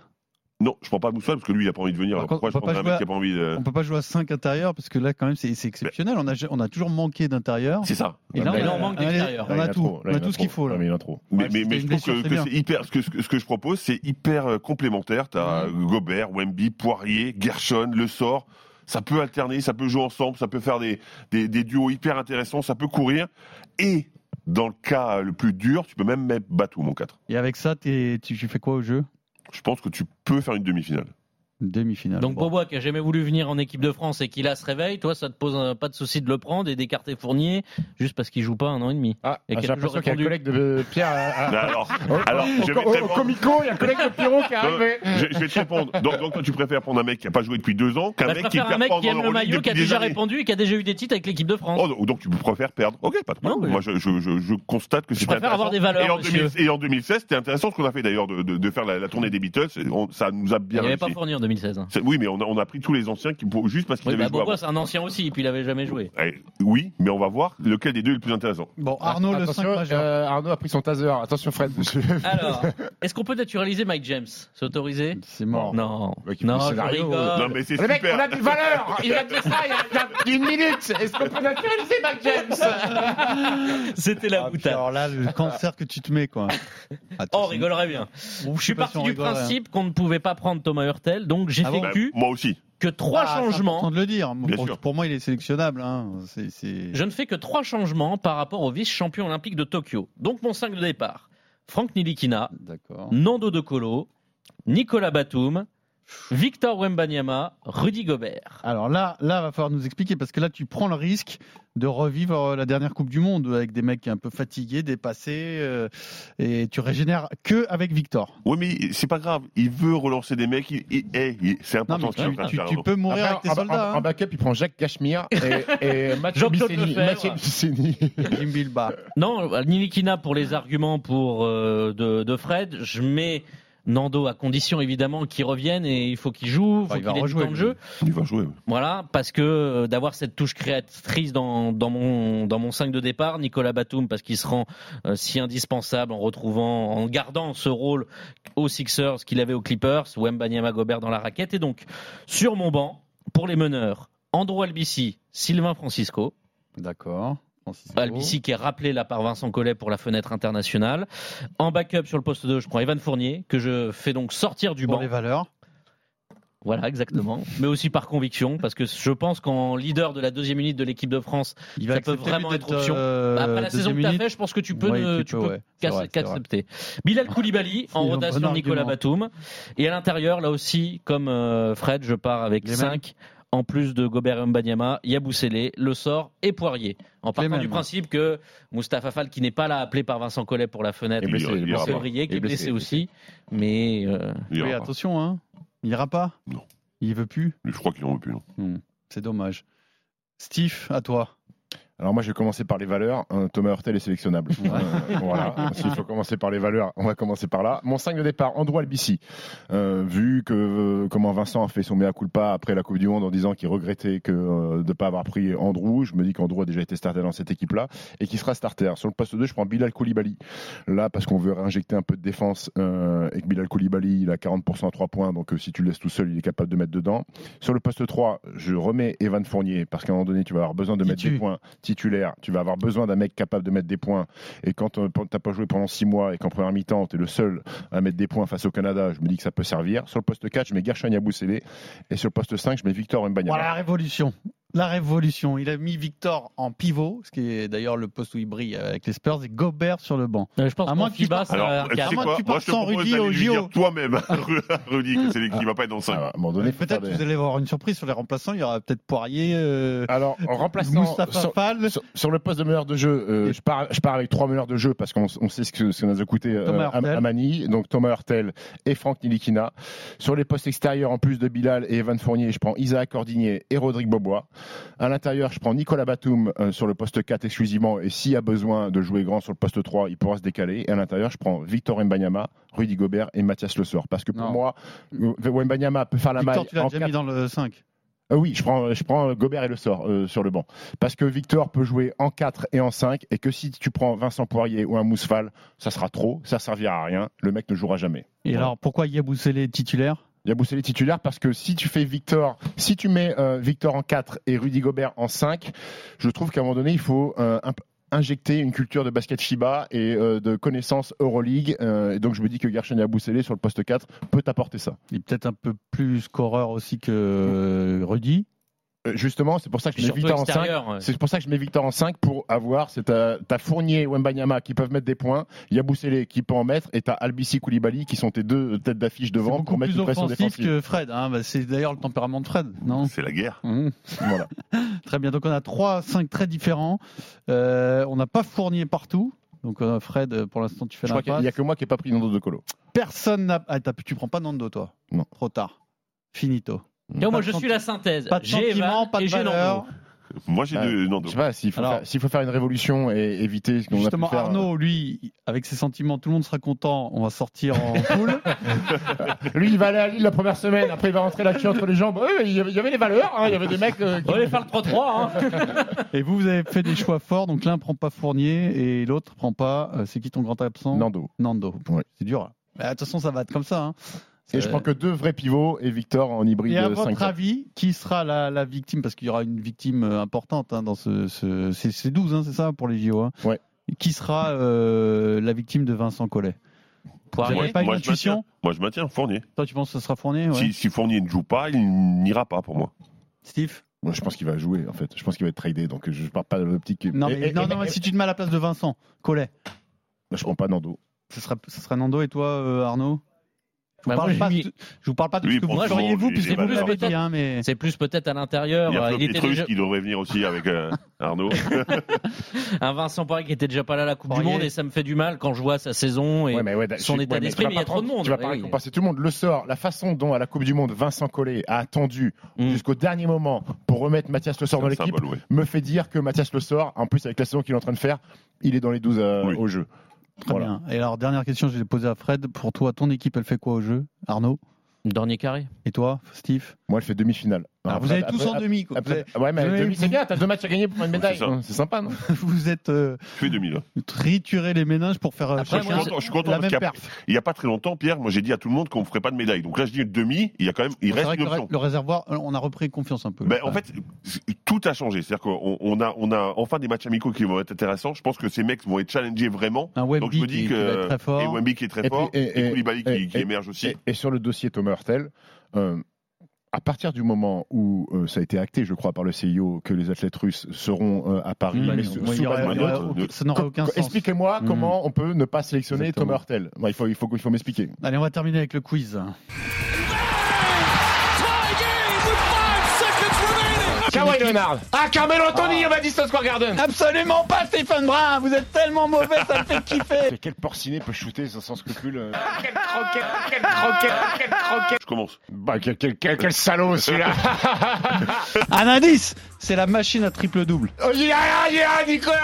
S6: Non, je prends pas Moussoil parce que lui, il a pas envie de venir.
S5: Par contre,
S6: Pourquoi je
S5: on peut pas
S6: prendrais un
S5: jouer
S6: mec qui a pas envie de.
S5: On peut pas jouer à 5 intérieurs parce que là, quand même, c'est c'est exceptionnel. On a, on a toujours manqué d'intérieur.
S6: C'est ça.
S5: Et là, on, Bah, a, on a- on a tout. On a tout ce qu'il faut. Là.
S6: Mais,
S5: Ouais,
S6: mais-
S5: c'était
S6: mais
S5: une
S6: je trouve
S5: blessure,
S6: que,
S5: c'est
S6: que
S5: bien.
S6: c'est hyper. Ce que, ce que- ce que je propose, c'est hyper euh, complémentaire. T'as euh, Gobert, Wemby, Poirier, Gershon, Le Sort. Ça peut alterner, ça peut jouer ensemble, ça peut faire des, des, des duos hyper intéressants, ça peut courir. Et dans le cas le plus dur, tu peux même mettre Batou, mon 4.
S5: Et avec ça, t'es- tu, tu fais quoi au jeu
S6: Je pense que tu peux faire une demi-finale.
S5: Demi-finale.
S8: Donc
S5: Ah, Bon.
S8: Bobois qui a jamais voulu venir en équipe de France et qui là se réveille, toi ça te pose euh, pas de souci de le prendre et d'écarter Fournier juste parce qu'il joue pas un an et demi. et
S7: Ah,
S8: qui
S7: J'ai
S8: a toujours
S7: l'impression qu'il y a un
S8: répondu.
S7: collègue de euh, Pierre.
S5: Ah.
S7: à- à-
S6: Mais alors,
S7: au-
S6: alors,
S7: au-
S6: je vais
S7: au-
S6: te
S7: au
S6: répondre.
S7: Comico, il y a un collègue de Pierrot qui est arrivé.
S6: Je, je vais te répondre. Donc, donc, toi, tu préfères prendre un mec qui n'a pas joué depuis deux ans qu'un
S8: Bah, je
S6: mec qui
S8: préfère un mec
S6: performe
S8: qui
S6: dans
S8: aime le
S6: l'Euroleague
S8: maillot, qui a
S6: depuis des
S8: déjà
S6: années.
S8: répondu et qui a déjà eu des titres avec l'équipe de France.
S6: Oh, donc tu préfères perdre. Ok, pas de problème. Moi, je, je- je- je constate que c'est
S8: préfère avoir des valeurs,
S6: Et en,
S8: monsieur.
S6: 2000 et en 2016, c'était intéressant ce qu'on a fait d'ailleurs de, de- de faire la, la tournée des Beatles. On- ça nous a
S8: il
S6: bien
S8: n'y avait pas
S6: réussi.
S8: Fournier en 2016. hein.
S6: C'est- Oui, mais on a, on a pris tous les anciens qui, pour- juste parce qu'ils
S8: Oui, bah,
S6: avaient joué.
S8: Bobois
S6: avant.
S8: c'est un ancien aussi et puis il avait jamais joué.
S6: Eh, oui, mais on va voir lequel des deux est le plus intéressant.
S5: Bon, Arnaud, le
S7: Attention,
S5: 5 majeur.
S7: euh, Arnaud a pris son taser. Attention, Fred.
S8: Alors, est-ce qu'on peut naturaliser Mike James S'autoriser
S5: Euh, C'est mort.
S8: Non.
S7: Le mec, il
S8: Non,
S7: fait le
S8: je
S7: scénario.
S8: rigole.
S5: Euh,
S6: Non, mais c'est
S7: Le
S6: super.
S7: mec, on a des valeurs. Il a dit ça il y a- il y a une minute. Est-ce qu'on peut naturaliser Mac James
S8: C'était
S6: Ah,
S8: la boutade.
S5: Ah, Alors là, le cancer que tu te mets, quoi.
S8: Oh, on rigolerait bien. Je suis parti du
S5: hein.
S8: principe qu'on ne pouvait pas prendre Thomas Hurtel, donc j'ai
S5: Ah bon bah,
S6: Bah,
S8: vécu
S6: moi aussi.
S8: que trois
S5: C'est important
S8: changements.
S5: de le dire.
S6: Bien
S5: Pour,
S6: sûr.
S5: pour moi, il est sélectionnable. hein. C'est- c'est-
S8: Je ne fais que trois changements par rapport au vice-champion olympique de Tokyo. Donc mon 5 de départ, Franck Nilikina,
S5: D'accord.
S8: Nando De Colo, Nicolas Batum, Victor Wembanyama, Rudy Gobert.
S5: Alors là, là, va falloir nous expliquer parce que là, tu prends le risque de revivre euh, la dernière Coupe du Monde avec des mecs un peu fatigués, dépassés, euh, et tu régénères que avec Victor.
S6: Oui, mais c'est pas grave. Il veut relancer des mecs. Il, il- eh, il- c'est
S5: Non,
S6: important
S5: mais
S6: ce qu'il est en train de
S5: tu, tu-
S6: faire,
S5: tu
S6: Arnaud.
S5: peux mourir avec tes
S7: en,
S5: soldats.
S7: en- en
S5: hein.
S7: backup, il prend Jacques Cachemire et, et Mathieu
S8: Jean-Claude
S7: Bisseni.
S8: Lefebvre.
S7: Mathieu Bisseni.
S5: bah, Jim Bilba.
S8: Non, Nilikina pour les arguments pour, euh, de, de Fred, je mets Nando à condition évidemment qu'il revienne et il faut qu'il joue,
S5: Enfin,
S8: faut
S5: il va
S8: qu'il ait du
S5: rejouer,
S8: temps de
S5: lui.
S8: jeu.
S6: Il va jouer. ouais.
S8: Voilà, parce que euh, d'avoir cette touche créatrice dans, dans, mon, dans mon 5 de départ, Nicolas Batum, parce qu'il se rend euh, si indispensable en retrouvant, en gardant ce rôle aux Sixers qu'il avait aux Clippers, Wembanyama Gobert dans la raquette. Et donc, sur mon banc, pour les meneurs, Andro Albici, Sylvain Francisco.
S5: D'accord. Francisco.
S8: Albici qui est rappelé là par Vincent Collet pour la fenêtre internationale. En backup sur le poste 2, je prends Evan Fournier, que je fais donc sortir du
S5: Pour
S8: banc.
S5: les valeurs.
S8: Voilà, exactement. Mais aussi par conviction, parce que je pense qu'en leader de la deuxième unité de l'équipe de France,
S5: Il
S8: Ça peut vraiment être option.
S5: euh,
S8: bah, après la saison que
S5: deuxième
S8: tu as
S5: unité.
S8: fait, je pense que tu peux,
S5: Ouais,
S8: ne-
S5: tu
S8: tu
S5: peux,
S8: peux
S5: ouais. C'est
S8: qu'ac-
S5: vrai, c'est vrai.
S8: qu'accepter. Bilal Koulibaly en
S5: C'est un
S8: rotation
S5: bon
S8: Nicolas
S5: argument.
S8: Batum. Et à l'intérieur, là aussi, comme euh, Fred, je pars avec
S5: Les
S8: 5. En plus de Gobert et Mbanyama, Yabusele, Le Sort et Poirier. En partant
S5: mêmes.
S8: du principe que Mustapha Fall, qui n'est pas là, appelé par Vincent Collet pour la fenêtre,
S6: Il est blessé, il est blessé.
S8: février, qui
S7: Il
S8: est
S7: est
S8: blessé
S7: blessé,
S8: aussi. Mais euh,
S6: Il
S5: Oui,
S6: ira pas.
S5: attention, hein. Il ira pas
S6: Non.
S5: Il veut plus
S6: Je crois qu'il en veut plus.
S5: Euh,
S6: non.
S5: C'est dommage. Steve, à toi.
S7: Alors moi, je vais commencer par les valeurs. Euh, Thomas Hurtel est sélectionnable. Euh, voilà. S'il faut commencer par les valeurs, on va commencer par là. Mon 5 de départ, Andrew Albici. Euh, vu que euh, comment Vincent a fait son mea culpa après la Coupe du Monde en disant qu'il regrettait que, euh, de ne pas avoir pris Andrew, je me dis qu'Andrew a déjà été starter dans cette équipe-là et qu'il sera starter. Sur le poste 2, je prends Bilal Koulibaly. Là, parce qu'on veut réinjecter un peu de défense euh, et que Bilal Koulibaly, il a 40% à 3 points, donc euh, si tu le laisses tout seul, il est capable de mettre dedans. Sur le poste 3, je remets Evan Fournier parce qu'à un moment donné, tu vas avoir besoin de mettre
S5: Titu.
S7: des points titulaire. Tu vas avoir besoin d'un mec capable de mettre des points. Et quand euh, t'as pas joué pendant 6 mois et qu'en première mi-temps, tu es le seul à mettre des points face au Canada, je me dis que ça peut servir. Sur le poste 4, je mets Gershon Yabusele. Et sur le poste 5, je mets Victor Mbanyama.
S5: Voilà la révolution. La révolution. Il a mis Victor en pivot, ce qui est d'ailleurs le poste où il brille avec les Spurs, et Gobert sur le banc.
S8: Euh, je pense
S5: À
S8: qu'en
S5: moins qu'il
S8: FIBA,
S5: parte-
S8: ça
S6: Alors,
S8: va
S6: tu sais
S8: carrément.
S5: Moi,
S6: quoi
S5: tu
S6: Moi, je te
S5: pars sans
S6: propose
S5: Rudy
S6: d'aller
S5: au
S6: lui
S5: JO.
S6: dire toi-même, Rudy, que c'est l'équipe qui va pas être dans 5.
S7: Ah, à un moment donné, faut faire
S5: Peut-être que
S7: des-
S5: vous allez avoir une surprise sur les remplaçants. Il y aura peut-être Poirier, euh,
S7: Alors, en remplaçant.
S5: Moustapha
S7: sur-
S5: Fall,
S7: sur, sur le poste de meneur de jeu, euh, je, pars, je pars avec trois meneurs de jeu parce qu'on on sait ce que ça nous a coûté euh,
S5: Thomas
S7: à-
S5: Hurtel.
S7: à Manille. Donc Thomas Hurtel et Franck Nilikina. Sur les postes extérieurs, en plus de Bilal et Evan Fournier, je prends Isaac Cordinier et Rodrigue Bobois. À l'intérieur, je prends Nicolas Batum euh, sur le poste 4 exclusivement. Et s'il y a besoin de jouer grand sur le poste 3, il pourra se décaler. Et à l'intérieur, je prends Victor Mbanyama, Rudy Gobert et Mathias Lessor. Parce que pour
S5: Non.
S7: moi, euh, Mbanyama peut faire la
S5: Victor,
S7: maille
S5: tu l'as
S7: en
S5: déjà mis dans le 5.
S7: euh, oui, je prends, je prends Gobert et le sort euh, sur le banc. Parce que Victor peut jouer en 4 et en 5, et que si tu prends Vincent Poirier ou un Mousfal, ça sera trop, ça servira à rien, le mec ne jouera jamais.
S5: Et alors, pourquoi Yabusele est titulaire
S7: Yabusele titulaire parce que si tu fais Victor, si tu mets euh, Victor en 4 et Rudy Gobert en 5, je trouve qu'à un moment donné, il faut euh, imp- injecter une culture de basket FIBA et euh, de connaissances Euroleague. Euh, et donc je me dis que Gershon Yabusele sur le poste 4 peut apporter ça.
S5: Il est peut-être un peu plus scoreur aussi que euh, Rudy.
S7: Euh, Justement, c'est pour ça que je mets
S5: Surtout
S7: Victor en 5.
S5: extérieur,
S8: euh,
S5: ouais.
S7: C'est pour ça que je mets Victor en 5 pour avoir c'est t'as t'as Fournier, Wembanyama qui peuvent mettre des points, Yabusele qui peut en mettre et t'as Albissi Koulibaly qui sont tes deux têtes d'affiche devant pour mettre
S5: Plus
S7: une pression
S5: offensif
S7: défensive.
S5: que Fred. hein. Bah, c'est d'ailleurs le tempérament de Fred, non
S6: C'est la guerre.
S8: Hum.
S7: Voilà.
S5: très bien. Donc on a trois, cinq très différents. Euh, on n'a pas Fournier partout. Donc euh, Fred, euh, pour l'instant, tu fais
S7: Je
S5: la
S7: crois qu'il n'y a que moi qui n'ai pas pris Nando de Colo.
S5: Personne n'a. Ah, t'as- tu prends pas Nando, toi
S7: Non.
S5: Trop tard. Finito.
S8: Non, moi,
S5: Pas de
S8: je suis
S5: senti-
S8: la synthèse.
S5: Pas de
S8: J'ai
S5: sentiment,
S8: Evan
S5: pas de
S8: et j'ai Nando.
S5: valeur.
S6: Moi, j'ai
S5: Bah,
S7: Ah,
S6: deux
S7: Je
S6: Nando.
S7: sais pas, s'il faut,
S5: Alors-
S7: faire- s'il faut faire une révolution et éviter ce qu'on a pu
S5: Justement,
S7: faire. euh,
S5: Arnaud, lui, avec ses sentiments, tout le monde sera content. On va sortir en poule.
S7: Lui, il va aller à Lille la première semaine, après il va rentrer là-dessus entre les jambes. Eux, il y avait- il y avait les valeurs, hein, il y avait des mecs. euh, qui-
S8: On va aller faire le 3-3. hein.
S5: Et vous, vous avez fait des choix forts. Donc l'un prend pas Fournier et l'autre prend pas. euh, c'est qui ton grand absent
S7: Nando.
S5: Nando.
S7: Ouais.
S5: C'est dur. là. Mais de toute façon, ça va être comme ça. hein.
S7: Et je
S5: Euh,
S7: prends que deux vrais pivots et Victor en hybride
S5: Et à
S7: euh,
S5: votre
S7: 5.
S5: avis, qui sera la, la victime Parce qu'il y aura une victime euh, importante hein, dans ce. ce- c'est, c'est 12, hein, c'est ça, pour les JO hein
S7: Ouais.
S5: Qui sera euh, la victime de Vincent Collet Vous
S8: Poirier.
S5: n'avez pas
S6: moi,
S5: une
S6: je maintiens,
S5: intuition
S6: moi, je maintiens Fournier.
S5: Toi, tu penses que ce sera Fournier ouais.
S6: Si, si Fournier ne joue pas, il n'ira pas pour moi.
S5: Steve
S7: Moi, je pense qu'il va jouer en fait. Je pense qu'il va être tradé, donc je ne parle pas de l'optique.
S5: Non,
S7: Et-
S5: mais,
S7: et-
S5: non,
S7: et-
S5: non, mais
S7: et-
S5: si tu te mets à la place de Vincent Collet,
S7: Je prends pas Nando.
S5: ce sera, ce sera Nando et toi, euh, Arnaud je vous,
S8: Bah,
S5: parle
S8: moi, j'ai
S5: pas
S8: mis-
S5: de- je vous parle pas de
S6: Lui,
S5: ce que
S6: pour
S5: vous
S6: moi,
S5: feriez, vous,
S6: il est
S5: puisque vous
S6: valeur.
S5: l'avez dit, hein, mais
S8: C'est plus peut-être à l'intérieur.
S5: Ah
S6: Il y a
S5: bah,
S8: euh,
S6: Flo
S8: Il était
S6: Petrus
S8: déjà...
S6: qui devrait venir aussi avec euh, Arnaud.
S8: Un Vincent Poirier qui était déjà pas là à la Coupe du
S5: Poirier.
S8: Monde et ça me fait du mal quand je vois sa saison et
S7: Ouais, mais ouais, da-
S8: son
S7: je-
S8: état
S7: ouais, mais
S8: d'esprit.
S7: tu
S8: Mais il y
S7: vas
S8: a
S7: pas
S8: trop de
S7: prendre-
S8: monde.
S7: Tu vas pas
S8: Oui, oui.
S7: récompenser tout le monde. Le sort, la façon dont à la Coupe du Monde Vincent Collet a attendu
S8: Mm.
S7: jusqu'au dernier moment pour remettre Mathias Le Sort dans
S6: C'est un
S7: l'équipe
S6: symbole, ouais.
S7: me fait dire que Mathias Le Sort, en plus avec la saison qu'il est en train de faire, il est dans les 12 euh,
S6: Oui.
S7: au jeu.
S5: très
S7: Voilà.
S5: bien. Et alors, dernière question, je l'ai posée à Fred. Pour toi, ton équipe, elle fait quoi au jeu Arnaud
S8: Dernier carré.
S5: Et toi, Steve
S7: Moi, je fais demi-finale.
S6: Bah,
S5: Alors, Ah, Vous
S7: Après-
S5: avez tous
S7: après-
S5: en demi, quoi. Vous
S7: après-
S5: avez-
S7: ouais, mais
S5: vous avez-
S7: demi, c'est bien, t'as deux matchs à gagner pour une médaille. Hum,
S6: c'est ça.
S7: C'est sympa, non
S5: vous êtes euh,
S6: Je fais 2000.
S5: triturer les méninges pour faire euh,
S8: Après,
S6: Moi, je, suis
S5: chacun
S8: moi,
S6: content, je suis content
S5: la
S6: parce
S5: même
S6: qu'il y a-
S5: perf.
S6: il n'y a, pas très longtemps, Pierre, moi j'ai dit à tout le monde qu'on ne ferait pas de médaille. Donc là, je dis demi, il y a quand même, il
S5: C'est
S6: reste
S5: vrai
S6: une
S5: que le ré-
S6: option.
S5: le réservoir, euh, on a repris confiance un peu.
S6: Ben, en fait, c'est- tout a changé. C'est-à-dire qu'on on a, on a enfin des matchs amicaux qui vont être intéressants. Je pense que ces mecs vont être challengés vraiment.
S5: un
S6: Donc je
S5: Wemby
S6: me
S5: qui,
S6: dis
S5: qui va être
S6: que
S5: très fort.
S6: et Wemby qui est très
S7: Et puis-
S6: fort,
S7: et-
S6: et,
S7: et-
S6: Koulibaly qui,
S7: et-
S6: qui
S7: et-
S6: émerge aussi.
S7: Et, et sur le dossier Thomas Hurtel, euh, à partir du moment où euh, ça a été acté, je crois, par le CIO, que les athlètes russes seront euh, à Paris,
S5: Mmh,
S7: mais
S5: mais
S7: sous-
S5: il
S7: sous
S5: y aurait-
S7: bannière-
S5: il y aurait
S6: Manhattan,
S5: aucun-
S6: de-
S5: ça n'aurait aucun
S7: Co-
S5: sens.
S7: Expliquez-moi
S5: Mmh.
S7: comment on peut ne pas sélectionner
S5: Exactement.
S7: Thomas Hurtel. Bon, il faut, il faut, il faut m'expliquer.
S5: Allez, on va terminer avec le quiz.
S7: Kawhi Leonard. Ah, Carmelo Anthony, on m'a dit Square Garden.
S5: Absolument pas, Stéphane Brun. Vous êtes tellement mauvais, ça me fait kiffer.
S7: Quel porciné peut shooter sans, sans scrupule euh.
S6: Je commence.
S7: Bah, quel, quel, quel, quel salaud celui-là
S5: Un indice, c'est la machine à triple double.
S7: Oh, yeah, yeah, Nicolas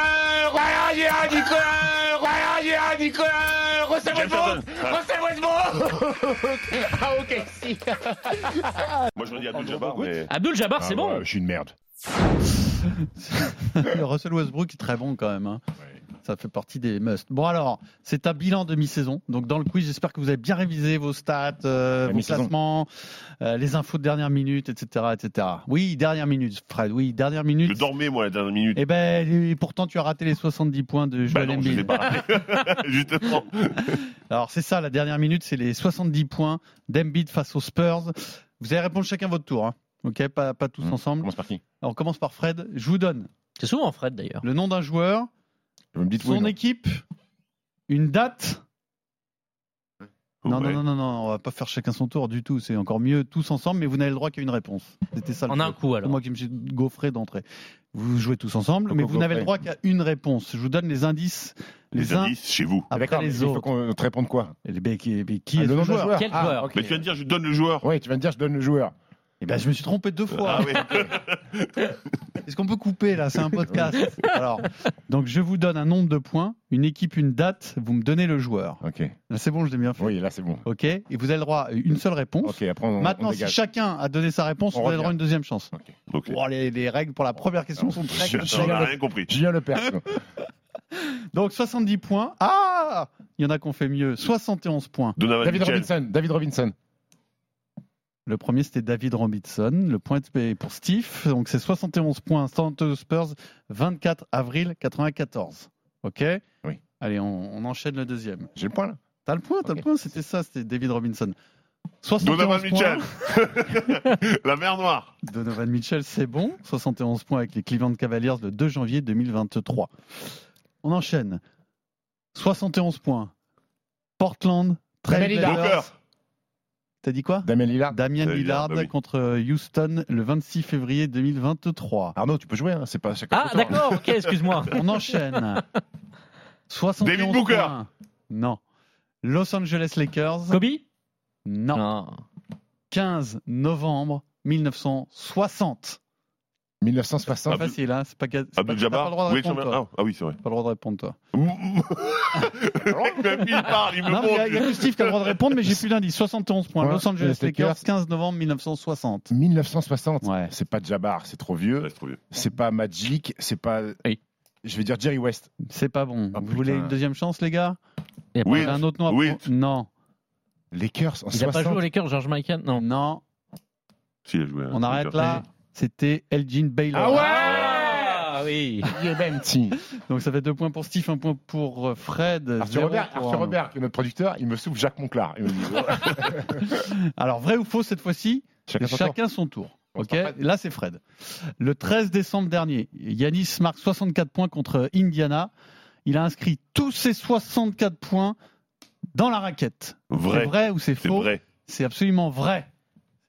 S7: Voilà, yeah, Nicolas Voilà, yeah, Nicolas Russell Westbrook Russell Westbrook Ah, ok, si
S6: Moi je dis
S5: Ah,
S6: Abdul Jabbar,
S5: bah,
S6: mais
S8: Abdul Jabbar, c'est bon.
S7: Ah, Je suis une merde.
S5: Hmm. Le Russell Westbrook est très bon quand même. hein. Ça fait partie des must. Bon alors, c'est un bilan de mi-saison. Donc dans le quiz, j'espère que vous avez bien révisé vos stats, euh,
S7: La
S5: vos
S7: mi-saison.
S5: classements, euh, les infos de dernière minute, etc., etc. Oui, dernière minute, Fred. Oui, dernière
S6: je
S5: minute.
S6: dormais moi la dernière minute.
S5: Eh ben, et pourtant tu as raté les 70 points de
S6: Bah
S5: Joel
S6: non, je
S5: Embiid.
S6: l'ai pas raté. Justement.
S5: Alors c'est ça, la dernière minute, c'est les 70 points d'Embiid face aux Spurs. Vous allez répondre chacun votre tour, hein. ok pas, pas tous
S7: Mhm. On
S5: ensemble.
S7: commence par qui
S5: Alors, on commence par Fred. Je vous donne
S8: C'est souvent Fred d'ailleurs.
S5: le nom d'un joueur,
S7: Vous me dites oui,
S5: son
S7: non
S5: équipe, une date. Non,
S6: Ouais.
S5: non, non, non, non, on va pas faire chacun son tour du tout. C'est encore mieux tous ensemble, mais vous n'avez le droit qu'à une réponse. C'était ça. le
S8: En un
S5: truc.
S8: coup
S5: C'est
S8: alors.
S5: moi qui me suis gaufré d'entrée. Vous jouez tous ensemble,
S7: Go,
S5: mais
S7: go,
S5: vous n'avez le
S7: go.
S5: droit qu'à une réponse. Je vous donne les indices, les,
S6: Les
S5: uns
S6: indices chez vous.
S5: après
S7: Ah, D'accord, mais
S5: les
S7: il faut
S5: autres.
S7: qu'on te réponde quoi
S5: Et ben, qui, mais qui
S7: Ah,
S5: est
S7: Le
S5: ce
S7: nom de
S5: joueur
S7: joueur
S8: Quel
S7: Ah,
S8: joueur
S7: ok.
S6: Mais tu viens de dire je donne le joueur.
S7: Ouais, tu viens de dire je donne le joueur.
S5: Eh ben, je me suis trompé deux fois.
S6: Ah oui.
S5: Est-ce qu'on peut couper là C'est un podcast. Alors, donc je vous donne un nombre de points, une équipe, une date. Vous me donnez le joueur.
S7: Ok.
S5: Là, c'est bon, je l'ai bien fait.
S7: Oui, là c'est bon.
S5: Ok. Et vous avez le droit à une seule réponse.
S7: Ok, après on, on
S5: Maintenant, si
S7: dégage.
S5: chacun a donné sa réponse,
S7: On
S5: vous avez le droit à
S7: revient.
S5: une deuxième chance.
S6: Ok.
S5: Oh, les, les règles pour la première question sont très
S6: Putain, On n'a rien compris.
S7: Julien Lepers.
S5: Donc 70 points. Ah Il y en a qu'on fait mieux. 71 points.
S6: Donovan
S7: David
S6: Mitchell.
S7: Robinson. David Robinson.
S5: Le premier, c'était David Robinson. Le point est pour Steve. Donc, c'est 71 points. San Antonio Spurs, 24 avril 94. OK
S7: Oui.
S5: Allez, on, on enchaîne le deuxième.
S7: J'ai le point, là.
S5: T'as le point, t'as le point. C'était ça, c'était David Robinson.
S6: Donovan
S5: 71 points.
S6: Mitchell. La mer Noire.
S5: Donovan Mitchell, c'est bon. 71 points avec les Cleveland Cavaliers le 2 janvier 2023. On enchaîne. 71 points. Portland, Trail
S7: Damien Lillard.
S5: Blazers.
S6: Ah,
S5: T'as dit quoi
S7: Damien Lillard.
S5: Damien
S7: Damien
S5: Lillard
S7: Lillard, Ah, bah oui.
S5: contre euh, Houston le 26 février 2023.
S7: Arnaud, tu peux jouer, hein, c'est pas chacun
S8: Ah, d'accord, ok, excuse-moi.
S5: On enchaîne. 71
S8: David Booker.
S5: points. Non. Los Angeles Lakers.
S8: Kobe
S5: non. 15 novembre 1960.
S7: 1960.
S8: Ah,
S5: C'est facile, hein C'est pas, c'est pas-
S6: Abdul
S5: t'as pas le droit
S6: Jabbar.
S5: de
S6: Oui,
S5: répondre,
S6: Chamberlain.
S5: toi.
S6: Ah, ah oui, c'est vrai.
S5: Pas le droit de répondre, toi.
S6: Même il parle, il me
S5: Non, mais
S6: montre.
S5: Il y a que Steve qui a le droit de répondre, mais j'ai plus d'indices. 71 points.
S7: Ah, Ouais,
S5: Los Angeles
S7: les Lakers.
S5: Lakers, 15 novembre 1960.
S7: 1960. C'est pas Jabbar, c'est trop vieux. C'est pas Magic, c'est pas. Je vais dire Jerry West.
S5: C'est pas bon.
S7: Ah,
S5: Vous voulez une deuxième chance, les gars
S8: Il y a pas-
S5: Un autre nom à
S8: Oui.
S5: prendre Non.
S7: Lakers en
S8: Il a pas joué aux Lakers, George Michael Non.
S5: Non.
S6: Si, il a
S7: Euh,
S6: joué. hein.
S5: On arrête là. C'était Elgin
S7: Ah
S5: Baylor.
S8: Ah oui
S5: Donc ça fait deux points pour Steve, un point pour euh, Fred.
S7: Arthur
S5: zéro
S7: Robert,
S5: pour euh,
S7: Arthur
S5: Arnaud.
S7: Robert, qui est notre producteur, il me souffle Jacques Monclar. Il me dit,
S5: Alors vrai ou faux cette fois-ci
S7: Chacun son
S5: tour. Ok. Là c'est Fred. Le 13 décembre dernier, Yanis marque 64 points contre Indiana. Il a inscrit tous ses 64 points dans la raquette.
S6: Vrai.
S5: C'est vrai ou c'est
S6: C'est
S5: faux
S6: vrai.
S5: C'est absolument vrai.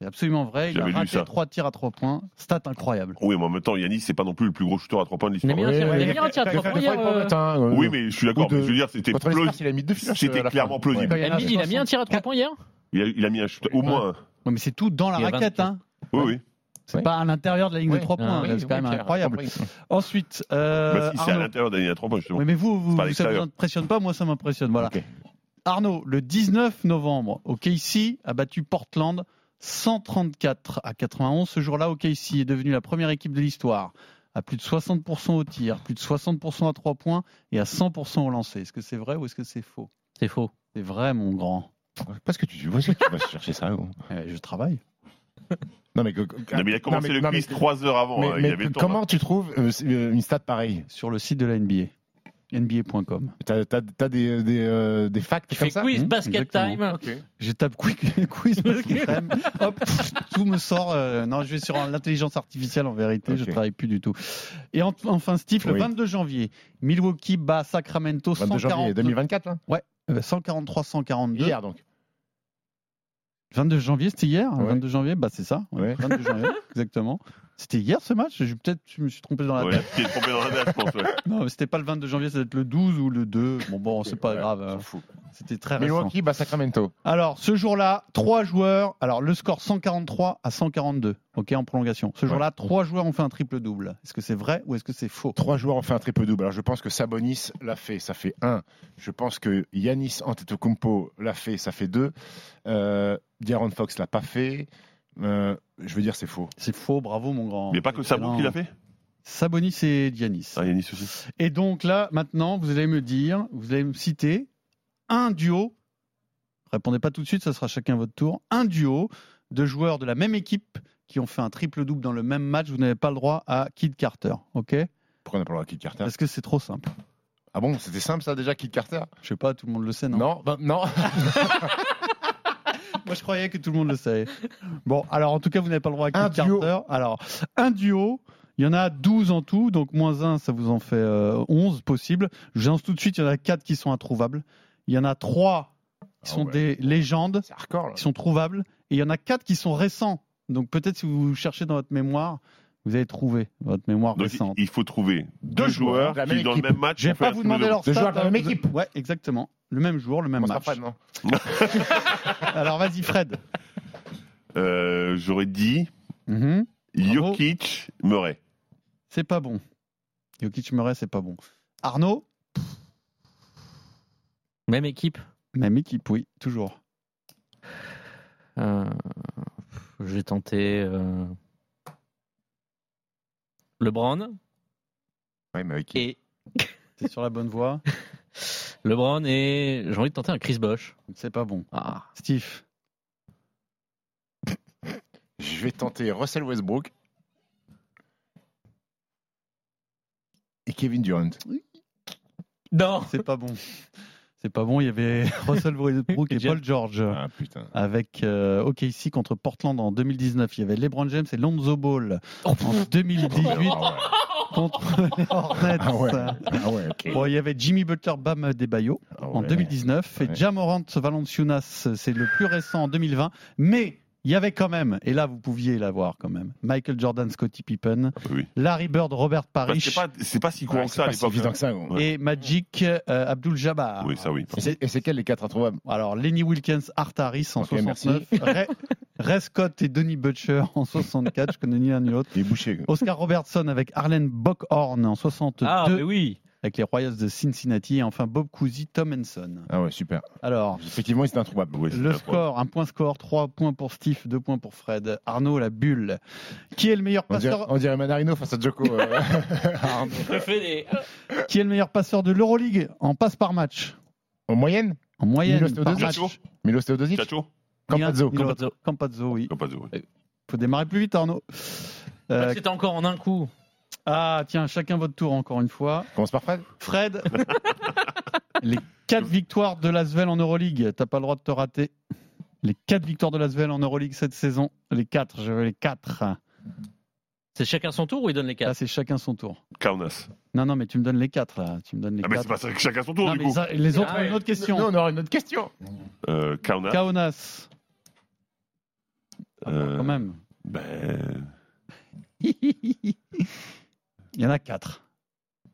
S5: C'est absolument vrai. Il a
S6: J'avais lu
S5: raté
S6: ça.
S5: trois tirs à trois points. Stat incroyable.
S6: Oui, mais en même temps, Yanis, c'est pas non plus le plus gros shooter à 3 points de l'histoire.
S8: Mais bien sûr, Ouais, il a bien raté à trois points hier, euh,
S6: Oui, mais je suis d'accord. mais Je veux dire, c'était
S7: Contre les Spurs, il a mis deux
S6: plausible.
S7: flashs,
S6: C'était
S7: euh, à la
S6: clairement
S7: fin.
S6: plausible.
S7: Ouais.
S8: Embiid, il a mis un tir à trois points hier
S6: Il a, il a mis un shooter, au moins. un.
S5: Ouais, mais c'est tout dans la
S6: Il y a
S5: raquette.
S6: 24.
S5: Hein.
S6: Oui, oui.
S5: C'est pas à l'intérieur de la ligne de trois points.
S6: Ah oui,
S5: là, c'est
S6: oui,
S5: quand même
S6: clair,
S5: incroyable. Ensuite, euh,
S6: Bah, si, c'est à
S5: Arnaud.
S6: l'intérieur d'un ligne à 3 points, justement.
S5: Oui, mais vous, vous-
S6: C'est pas
S5: ça
S6: à
S5: vous
S6: l'extérieur.
S5: impressionne pas, moi ça m'impressionne. Voilà. Arnaud, le 19 novembre, OKC a battu Portland 134 à 91. Ce jour-là, OKC est devenu la première équipe de l'histoire à plus de 60% au tir, plus de 60% à 3 points et à 100% au lancer. Est-ce que c'est vrai ou est-ce que c'est faux
S8: C'est faux.
S5: C'est vrai, mon grand. Eh,
S7: Parce que tu vois que tu vas chercher ça. gros.
S5: je travaille.
S7: Non, mais, que-
S6: Non, mais il a commencé
S7: non,
S6: le
S7: mais- non,
S6: quiz
S7: mais-
S6: 3 heures avant.
S7: Mais,
S6: hein,
S7: mais
S6: il avait le temps.
S7: comment tu trouves euh, c'est, euh, une stat pareille
S5: Sur le site de la NBA. NBA.com.
S7: T'as t'as- t'as des, des, euh, des facts
S8: Tu
S7: comme
S8: fais
S7: ça
S8: quiz bah, basket time.
S5: Je tape quick- quiz basket time. Hop, pff, tout me sort. euh, non, je vais sur l'intelligence artificielle en vérité. Je travaille plus du tout. Et en- enfin, Steve, le
S7: Oui.
S5: 22 janvier, Milwaukee bat Sacramento euh,
S7: 22 janvier 2024, là
S5: Ouais, 143-142.
S7: Hier, donc.
S5: 22 janvier, c'était hier. hein,
S7: Ouais.
S5: 22 janvier, bah c'est ça. ouais, 22 janvier, exactement. C'était hier ce match. Je peut-être, je me suis trompé dans la
S6: hein. Ouais,
S5: date.
S6: il est tombé dans la date, je pense. ouais.
S5: Non, mais c'était pas le 22 janvier, ça doit être le 12 ou le 2. Bon, bon, c'est pas grave.
S8: Ah,
S5: hein. C'était très récent.
S7: Milwaukee, bah Sacramento.
S5: Alors, ce jour-là, trois joueurs. Alors, le score 143 à 142, ok, en prolongation. Ce jour-là, trois joueurs ont fait un triple-double. Est-ce que c'est vrai ou est-ce que c'est faux
S7: Trois joueurs ont fait un triple double. Alors je pense que Sabonis l'a fait, ça fait 1. Je pense que Yanis Antetokounmpo l'a fait, ça fait 2. Euh, D'Aaron Fox l'a pas fait. Euh, je veux dire, c'est faux.
S5: C'est faux, bravo mon grand.
S6: Mais pas que Sabon qui l'a fait
S5: Sabonis et Giannis.
S6: Ah, Yanis aussi.
S5: Et donc là, maintenant, vous allez me dire, vous allez me citer un duo. Répondez pas tout de suite, ça sera chacun votre tour. Un duo de joueurs de la même équipe qui ont fait un triple-double dans le même match. Vous n'avez pas le droit à Kid Carter, ok
S7: Pourquoi on n'a pas le droit à Kid Carter
S5: Parce que c'est trop simple.
S7: Ah bon, c'était simple ça déjà, Kid Carter
S5: Je sais pas, tout le monde le sait, non
S7: Non, bah, non.
S5: Moi, je croyais que tout le monde le savait. Bon, alors en tout cas, vous n'avez pas le droit à Kid
S7: Un duo.
S5: Carter. Alors, un duo. Il y en a 12 en tout, donc moins 1, ça vous en fait euh, 11 possibles. Je lance tout de suite, il y en a 4 qui sont introuvables. Il y en a 3
S7: Ah
S5: qui sont des légendes,
S7: hardcore, là.
S5: qui sont trouvables. Et il y en a 4 qui sont récents. Donc peut-être si vous cherchez dans votre mémoire, vous allez trouver votre mémoire
S6: Donc,
S5: récente.
S6: il faut trouver deux joueurs
S7: de la
S6: qui,
S7: même
S6: dans le
S7: équipe.
S6: même match,
S5: Je vais
S6: ont fait
S5: pas
S6: un
S5: vous
S6: triple
S5: demander
S6: double.
S5: leur
S7: Deux
S5: stat,
S7: joueurs de la
S5: hein,
S7: même
S5: vous-
S7: équipe.
S5: Ouais, exactement. Le même jour, le même
S7: On sera
S5: match.
S7: pas, non.
S5: Alors vas-y, Fred.
S6: Euh, J'aurais dit
S5: Mhm. Bravo.
S6: Jokic, Murray.
S5: C'est pas bon. Jokic Murray, c'est pas bon. Arnaud,
S8: Même équipe.
S5: même équipe, oui, toujours.
S8: Euh, J'ai tenté. euh, LeBron
S7: Ouais, mais avec qui
S8: et
S5: T'es sur la bonne voie.
S8: LeBron et
S7: Ah.
S8: j'ai envie de tenter un Chris Bosh.
S5: C'est pas bon.
S8: Ah,
S5: Steve.
S7: Je vais tenter Russell Westbrook et Kevin Durant.
S5: Non. C'est pas bon. C'est pas bon. Il y avait Russell Westbrook et Paul George.
S7: Ah,
S5: Avec euh, OKC contre Portland en 2019. Il y avait LeBron James et Lonzo Ball
S7: Oh.
S5: en 2018 contre les Hornets.
S7: Ah ouais. Ah ouais, ok. Ah
S5: Bon, il y avait Jimmy Butler, Bam Debayo en
S7: Oh ouais.
S5: 2019 et Jamorant Valanciunas, c'est le plus récent en 2020. Mais il y avait quand même, et là vous pouviez l'avoir quand même, Michael Jordan, Scottie Pippen, Larry Bird, Robert Parrish.
S6: c'est pas- c'est pas si courant que ça à l'époque. Ouais.
S5: Et Magic euh, Abdul Jabbar.
S6: Oui, ça oui.
S5: Et c'est quels les quatre introuvables Alors Lenny Wilkins, Art Harris en
S6: Ok,
S5: 69, Ray, Ray Scott et Donnie Butcher en 64, je connais ni l'un ni l'autre. Oscar Robertson avec Arlen Bockhorn en 62.
S8: Ah, mais oui
S5: Avec les Royals de Cincinnati et enfin Bob Cousy, Tom Henson.
S7: Ah ouais, super.
S5: Alors,
S7: effectivement, c'est introuvable.
S5: Le score, un point score, 3 points pour Steve, 2 points pour Fred. Arnaud, la bulle. Qui est le meilleur
S7: On dirait,
S5: passeur
S7: on dirait Manarino face à Joko. euh, Arnaud.
S8: Euh,
S5: Qui est le meilleur passeur de l'Euroleague en passe par match
S7: En moyenne
S5: En moyenne.
S7: Milos
S5: par
S7: Teodosic
S5: match.
S7: Milos Teodosic Campazzo.
S5: Ni l'un, ni l'autre. Campazzo, oui. Faut démarrer plus vite, Arnaud. Euh,
S8: C'était encore en un coup.
S5: ah, tiens, chacun votre tour encore une fois.
S7: Commence par Fred.
S5: Fred, les 4 victoires de l'Asvel en Euroleague. T'as pas le droit de te rater. Les 4 victoires de l'Asvel en Euroleague cette saison. Les 4, je veux les 4.
S8: C'est chacun son tour ou il donne les quatre
S5: Là, c'est chacun son tour.
S6: Kaunas.
S5: Non, non, mais tu me donnes les 4 là. Tu me donnes les
S6: Ah, mais
S5: quatre.
S6: c'est pas ça que chacun son tour,
S5: Non,
S6: du
S5: mais
S6: coup.
S5: ça- les autres
S6: Ah
S5: ont une
S6: ouais.
S5: autre question.
S7: Nous, on aura une autre question.
S6: Euh, Kaunas.
S5: Kaunas.
S6: Euh,
S5: Quand même.
S6: Ben.
S5: Il y en a 4. Un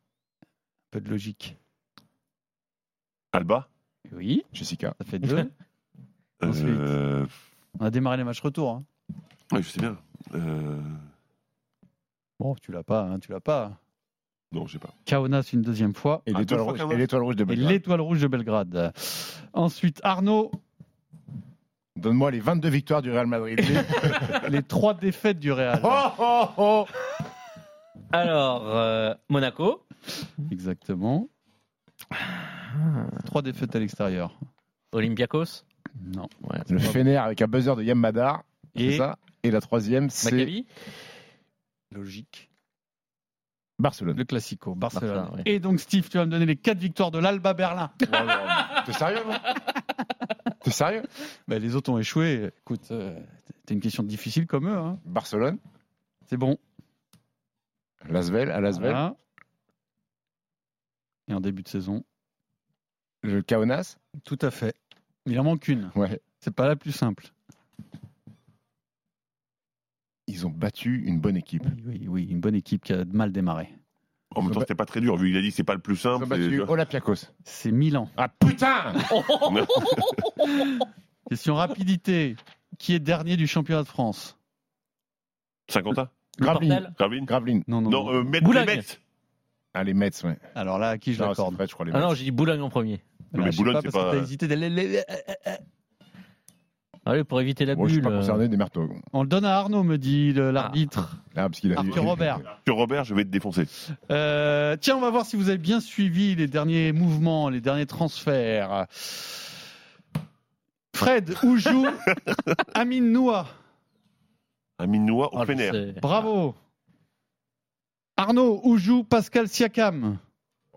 S5: peu de logique.
S6: Alba.
S5: Oui.
S7: Jessica.
S5: Ça fait 2.
S6: Euh,
S5: On a démarré les matchs retour. hein.
S6: ouais, je sais bien. Euh,
S5: Bon, tu l'as pas, hein, tu l'as pas.
S6: Non, je sais pas.
S5: Kaunas une deuxième fois.
S7: Et Ah, l'étoile deux fois rouge- Kaunas. et l'étoile rouge de Belgrade.
S5: Et l'étoile rouge de Belgrade. Ensuite, Arnaud,
S7: Donne-moi les 22 victoires du Real Madrid.
S5: les trois défaites du Real.
S7: Oh.
S8: Alors, euh, Monaco.
S5: Exactement. Trois défaites à l'extérieur.
S8: Olympiakos
S5: Non.
S7: Le Fener avec un buzzer de Yamadar. Et, ça. et la troisième, c'est
S8: Maccabi
S5: Logique.
S7: Barcelone.
S5: Le Classico, Barcelone.
S7: Barcelone, oui.
S5: Et donc, Steve, tu vas me donner les quatre victoires de l'Alba Berlin.
S7: T'es sérieux, moi T'es sérieux
S5: Bah, Les autres ont échoué. Écoute, euh, t'as une question difficile comme eux. hein.
S7: Barcelone.
S5: C'est bon.
S7: Lasvel, à Lasvel.
S5: Voilà. Et en début de saison.
S7: Le Kaunas.
S5: Tout à fait. Il en manque une.
S7: Ouais.
S5: C'est pas la plus simple.
S7: Ils ont battu une bonne équipe.
S5: Oui, oui, une bonne équipe qui a mal démarré.
S6: En même temps, c'était pas très dur, vu qu'il a dit que c'est pas le plus simple.
S7: Ils ont battu Olympiakos.
S5: C'est Milan.
S7: Ah putain
S5: Question rapidité. Qui est dernier du championnat de France
S6: 50 ans
S7: Graveline.
S6: Graveline
S7: Graveline.
S5: Non, non.
S6: Non, euh, Met-
S8: Boulogne.
S6: les Mets.
S7: Ah, les Mets, ouais.
S5: Alors là, à qui je
S7: Non,
S5: l'accorde Ah,
S7: c'est Fred, je crois, les
S8: Ah
S7: Mets.
S8: non, j'ai dit Boulogne en premier.
S6: Mais
S5: Je sais
S6: Boulogne,
S5: pas
S6: c'est
S5: parce que
S6: pas.
S5: t'as hésité d'aller-
S8: Allez, pour éviter la
S7: Moi, je suis
S8: bulle.
S7: pas concerné des merteaux.
S5: On le donne à Arnaud, me dit le- l'arbitre.
S7: Là, parce
S6: Ah.
S7: qu'il a
S5: Arthur Robert.
S6: Sur Robert, je vais te défoncer.
S5: Euh, tiens, on va voir si vous avez bien suivi les derniers mouvements, les derniers transferts. Fred, où joue Amine Noua
S6: Un minois
S5: Ah,
S6: au Fener.
S8: Ah,
S5: Bravo. Arnaud, où joue Pascal Siakam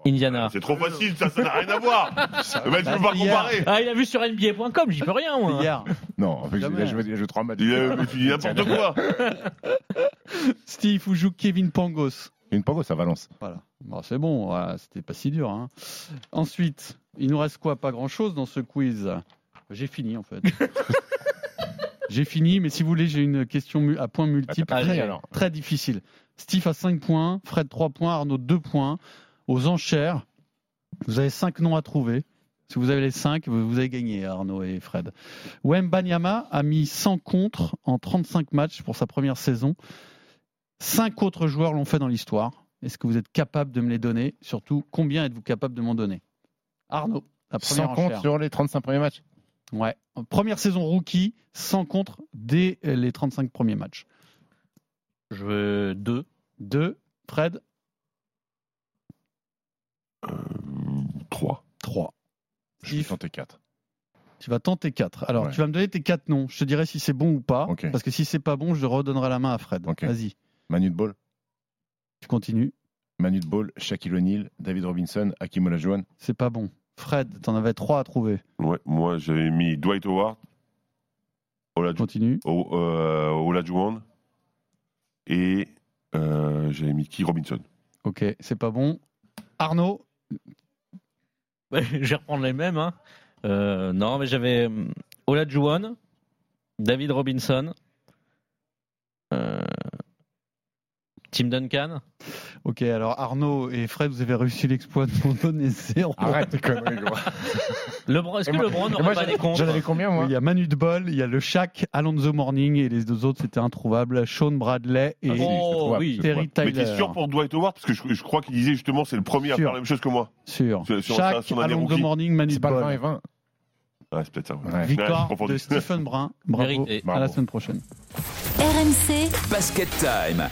S8: Indiana.
S6: Ah, C'est trop facile, ça, ça n'a rien à voir. Mais tu peux
S5: Bah,
S6: pas
S5: hier.
S6: comparer.
S8: Ah, il a vu sur NBA.com, j'y peux rien, moi.
S5: Hier,
S7: Non, en fait,
S5: Jamais.
S7: il a joué, il a joué trois matchs.
S6: Il a- mais tu dis n'importe quoi.
S5: Steve, où joue Kevin Pangos
S7: Une pango, ça Valence.
S5: Voilà. Bon, c'est bon, voilà, c'était pas si dur. hein. Ensuite, il nous reste quoi Pas grand-chose dans ce quiz. J'ai fini en fait. j'ai fini, mais si vous voulez, j'ai une question mu- à points multiples
S7: Bah, t'as pas fini,
S5: très,
S7: alors.
S5: très difficile. Steve a 5 points, Fred 3 points, Arnaud 2 points. Aux enchères, vous avez 5 noms à trouver. Si vous avez les 5, vous vous avez gagné, Arnaud et Fred. Wembanyama a mis 100 contre en 35 matchs pour sa première saison. Cinq autres joueurs l'ont fait dans l'histoire. Est-ce que vous êtes capable de me les donner Surtout, combien êtes-vous capable de m'en donner Arnaud, la première
S7: Sans compte
S5: enchère.
S7: sur les 35 premiers matchs.
S5: Ouais. Première saison rookie, 100 contre dès euh, les 35 premiers matchs.
S8: Je veux deux.
S5: 2, Fred,
S6: 3.
S5: 3.
S7: Je vais tenter 4.
S5: Tu vas tenter quatre. Alors, tu vas me donner tes quatre noms. Je te dirai si c'est bon ou pas. Parce que si c'est pas bon, je redonnerai la main à Fred. Vas-y.
S7: Manu de Ball.
S5: Tu continues.
S7: Manu de Ball, Shaquille O'Neal, David Robinson, Hakim Olajuwon.
S5: C'est pas bon. Fred, t'en avais trois à trouver.
S6: Ouais, moi j'avais mis Dwight Howard, Olaju-
S5: Continue.
S6: O- euh, Olajuwon et euh, j'avais mis qui Robinson.
S5: Ok, c'est pas bon. Arnaud,
S8: Ouais, je vais reprendre les mêmes. hein. Euh, non, mais j'avais hum, Olajuwon, David Robinson, euh, Tim Duncan.
S5: Ok, alors Arnaud et Fred, vous avez réussi l'exploit de vous donner zéro.
S8: Arrête, conneries, gros. Lebron, est-ce que Lebron n'aurait pas des comptes
S5: Il y a Manu de Bol, il y a le Shaq, Alonso Morning et les deux autres, c'était introuvable. Sean Bradley et
S6: Ah, si, c'est trouvable, c'est
S5: Terry
S6: trouvable.
S5: Tyler.
S6: Mais t'es sûr pour Dwight Howard Parce que je, je crois qu'il disait justement c'est le premier à
S5: Sûr.
S6: faire la même chose que moi.
S5: Sûr.
S6: Sur, sur sa-
S5: Shaq,
S6: son année
S5: Alonso
S6: rookie.
S5: Morning, Manu de Bol.
S6: Ouais, Ah, c'est peut-être ça. ouais. Ouais, j'ai
S5: Victoire
S6: confondu.
S5: de Stephen Brun. Bravo.
S6: Mérité.
S5: À la
S6: Bravo.
S5: semaine prochaine.
S4: RMC,
S13: Basket Time.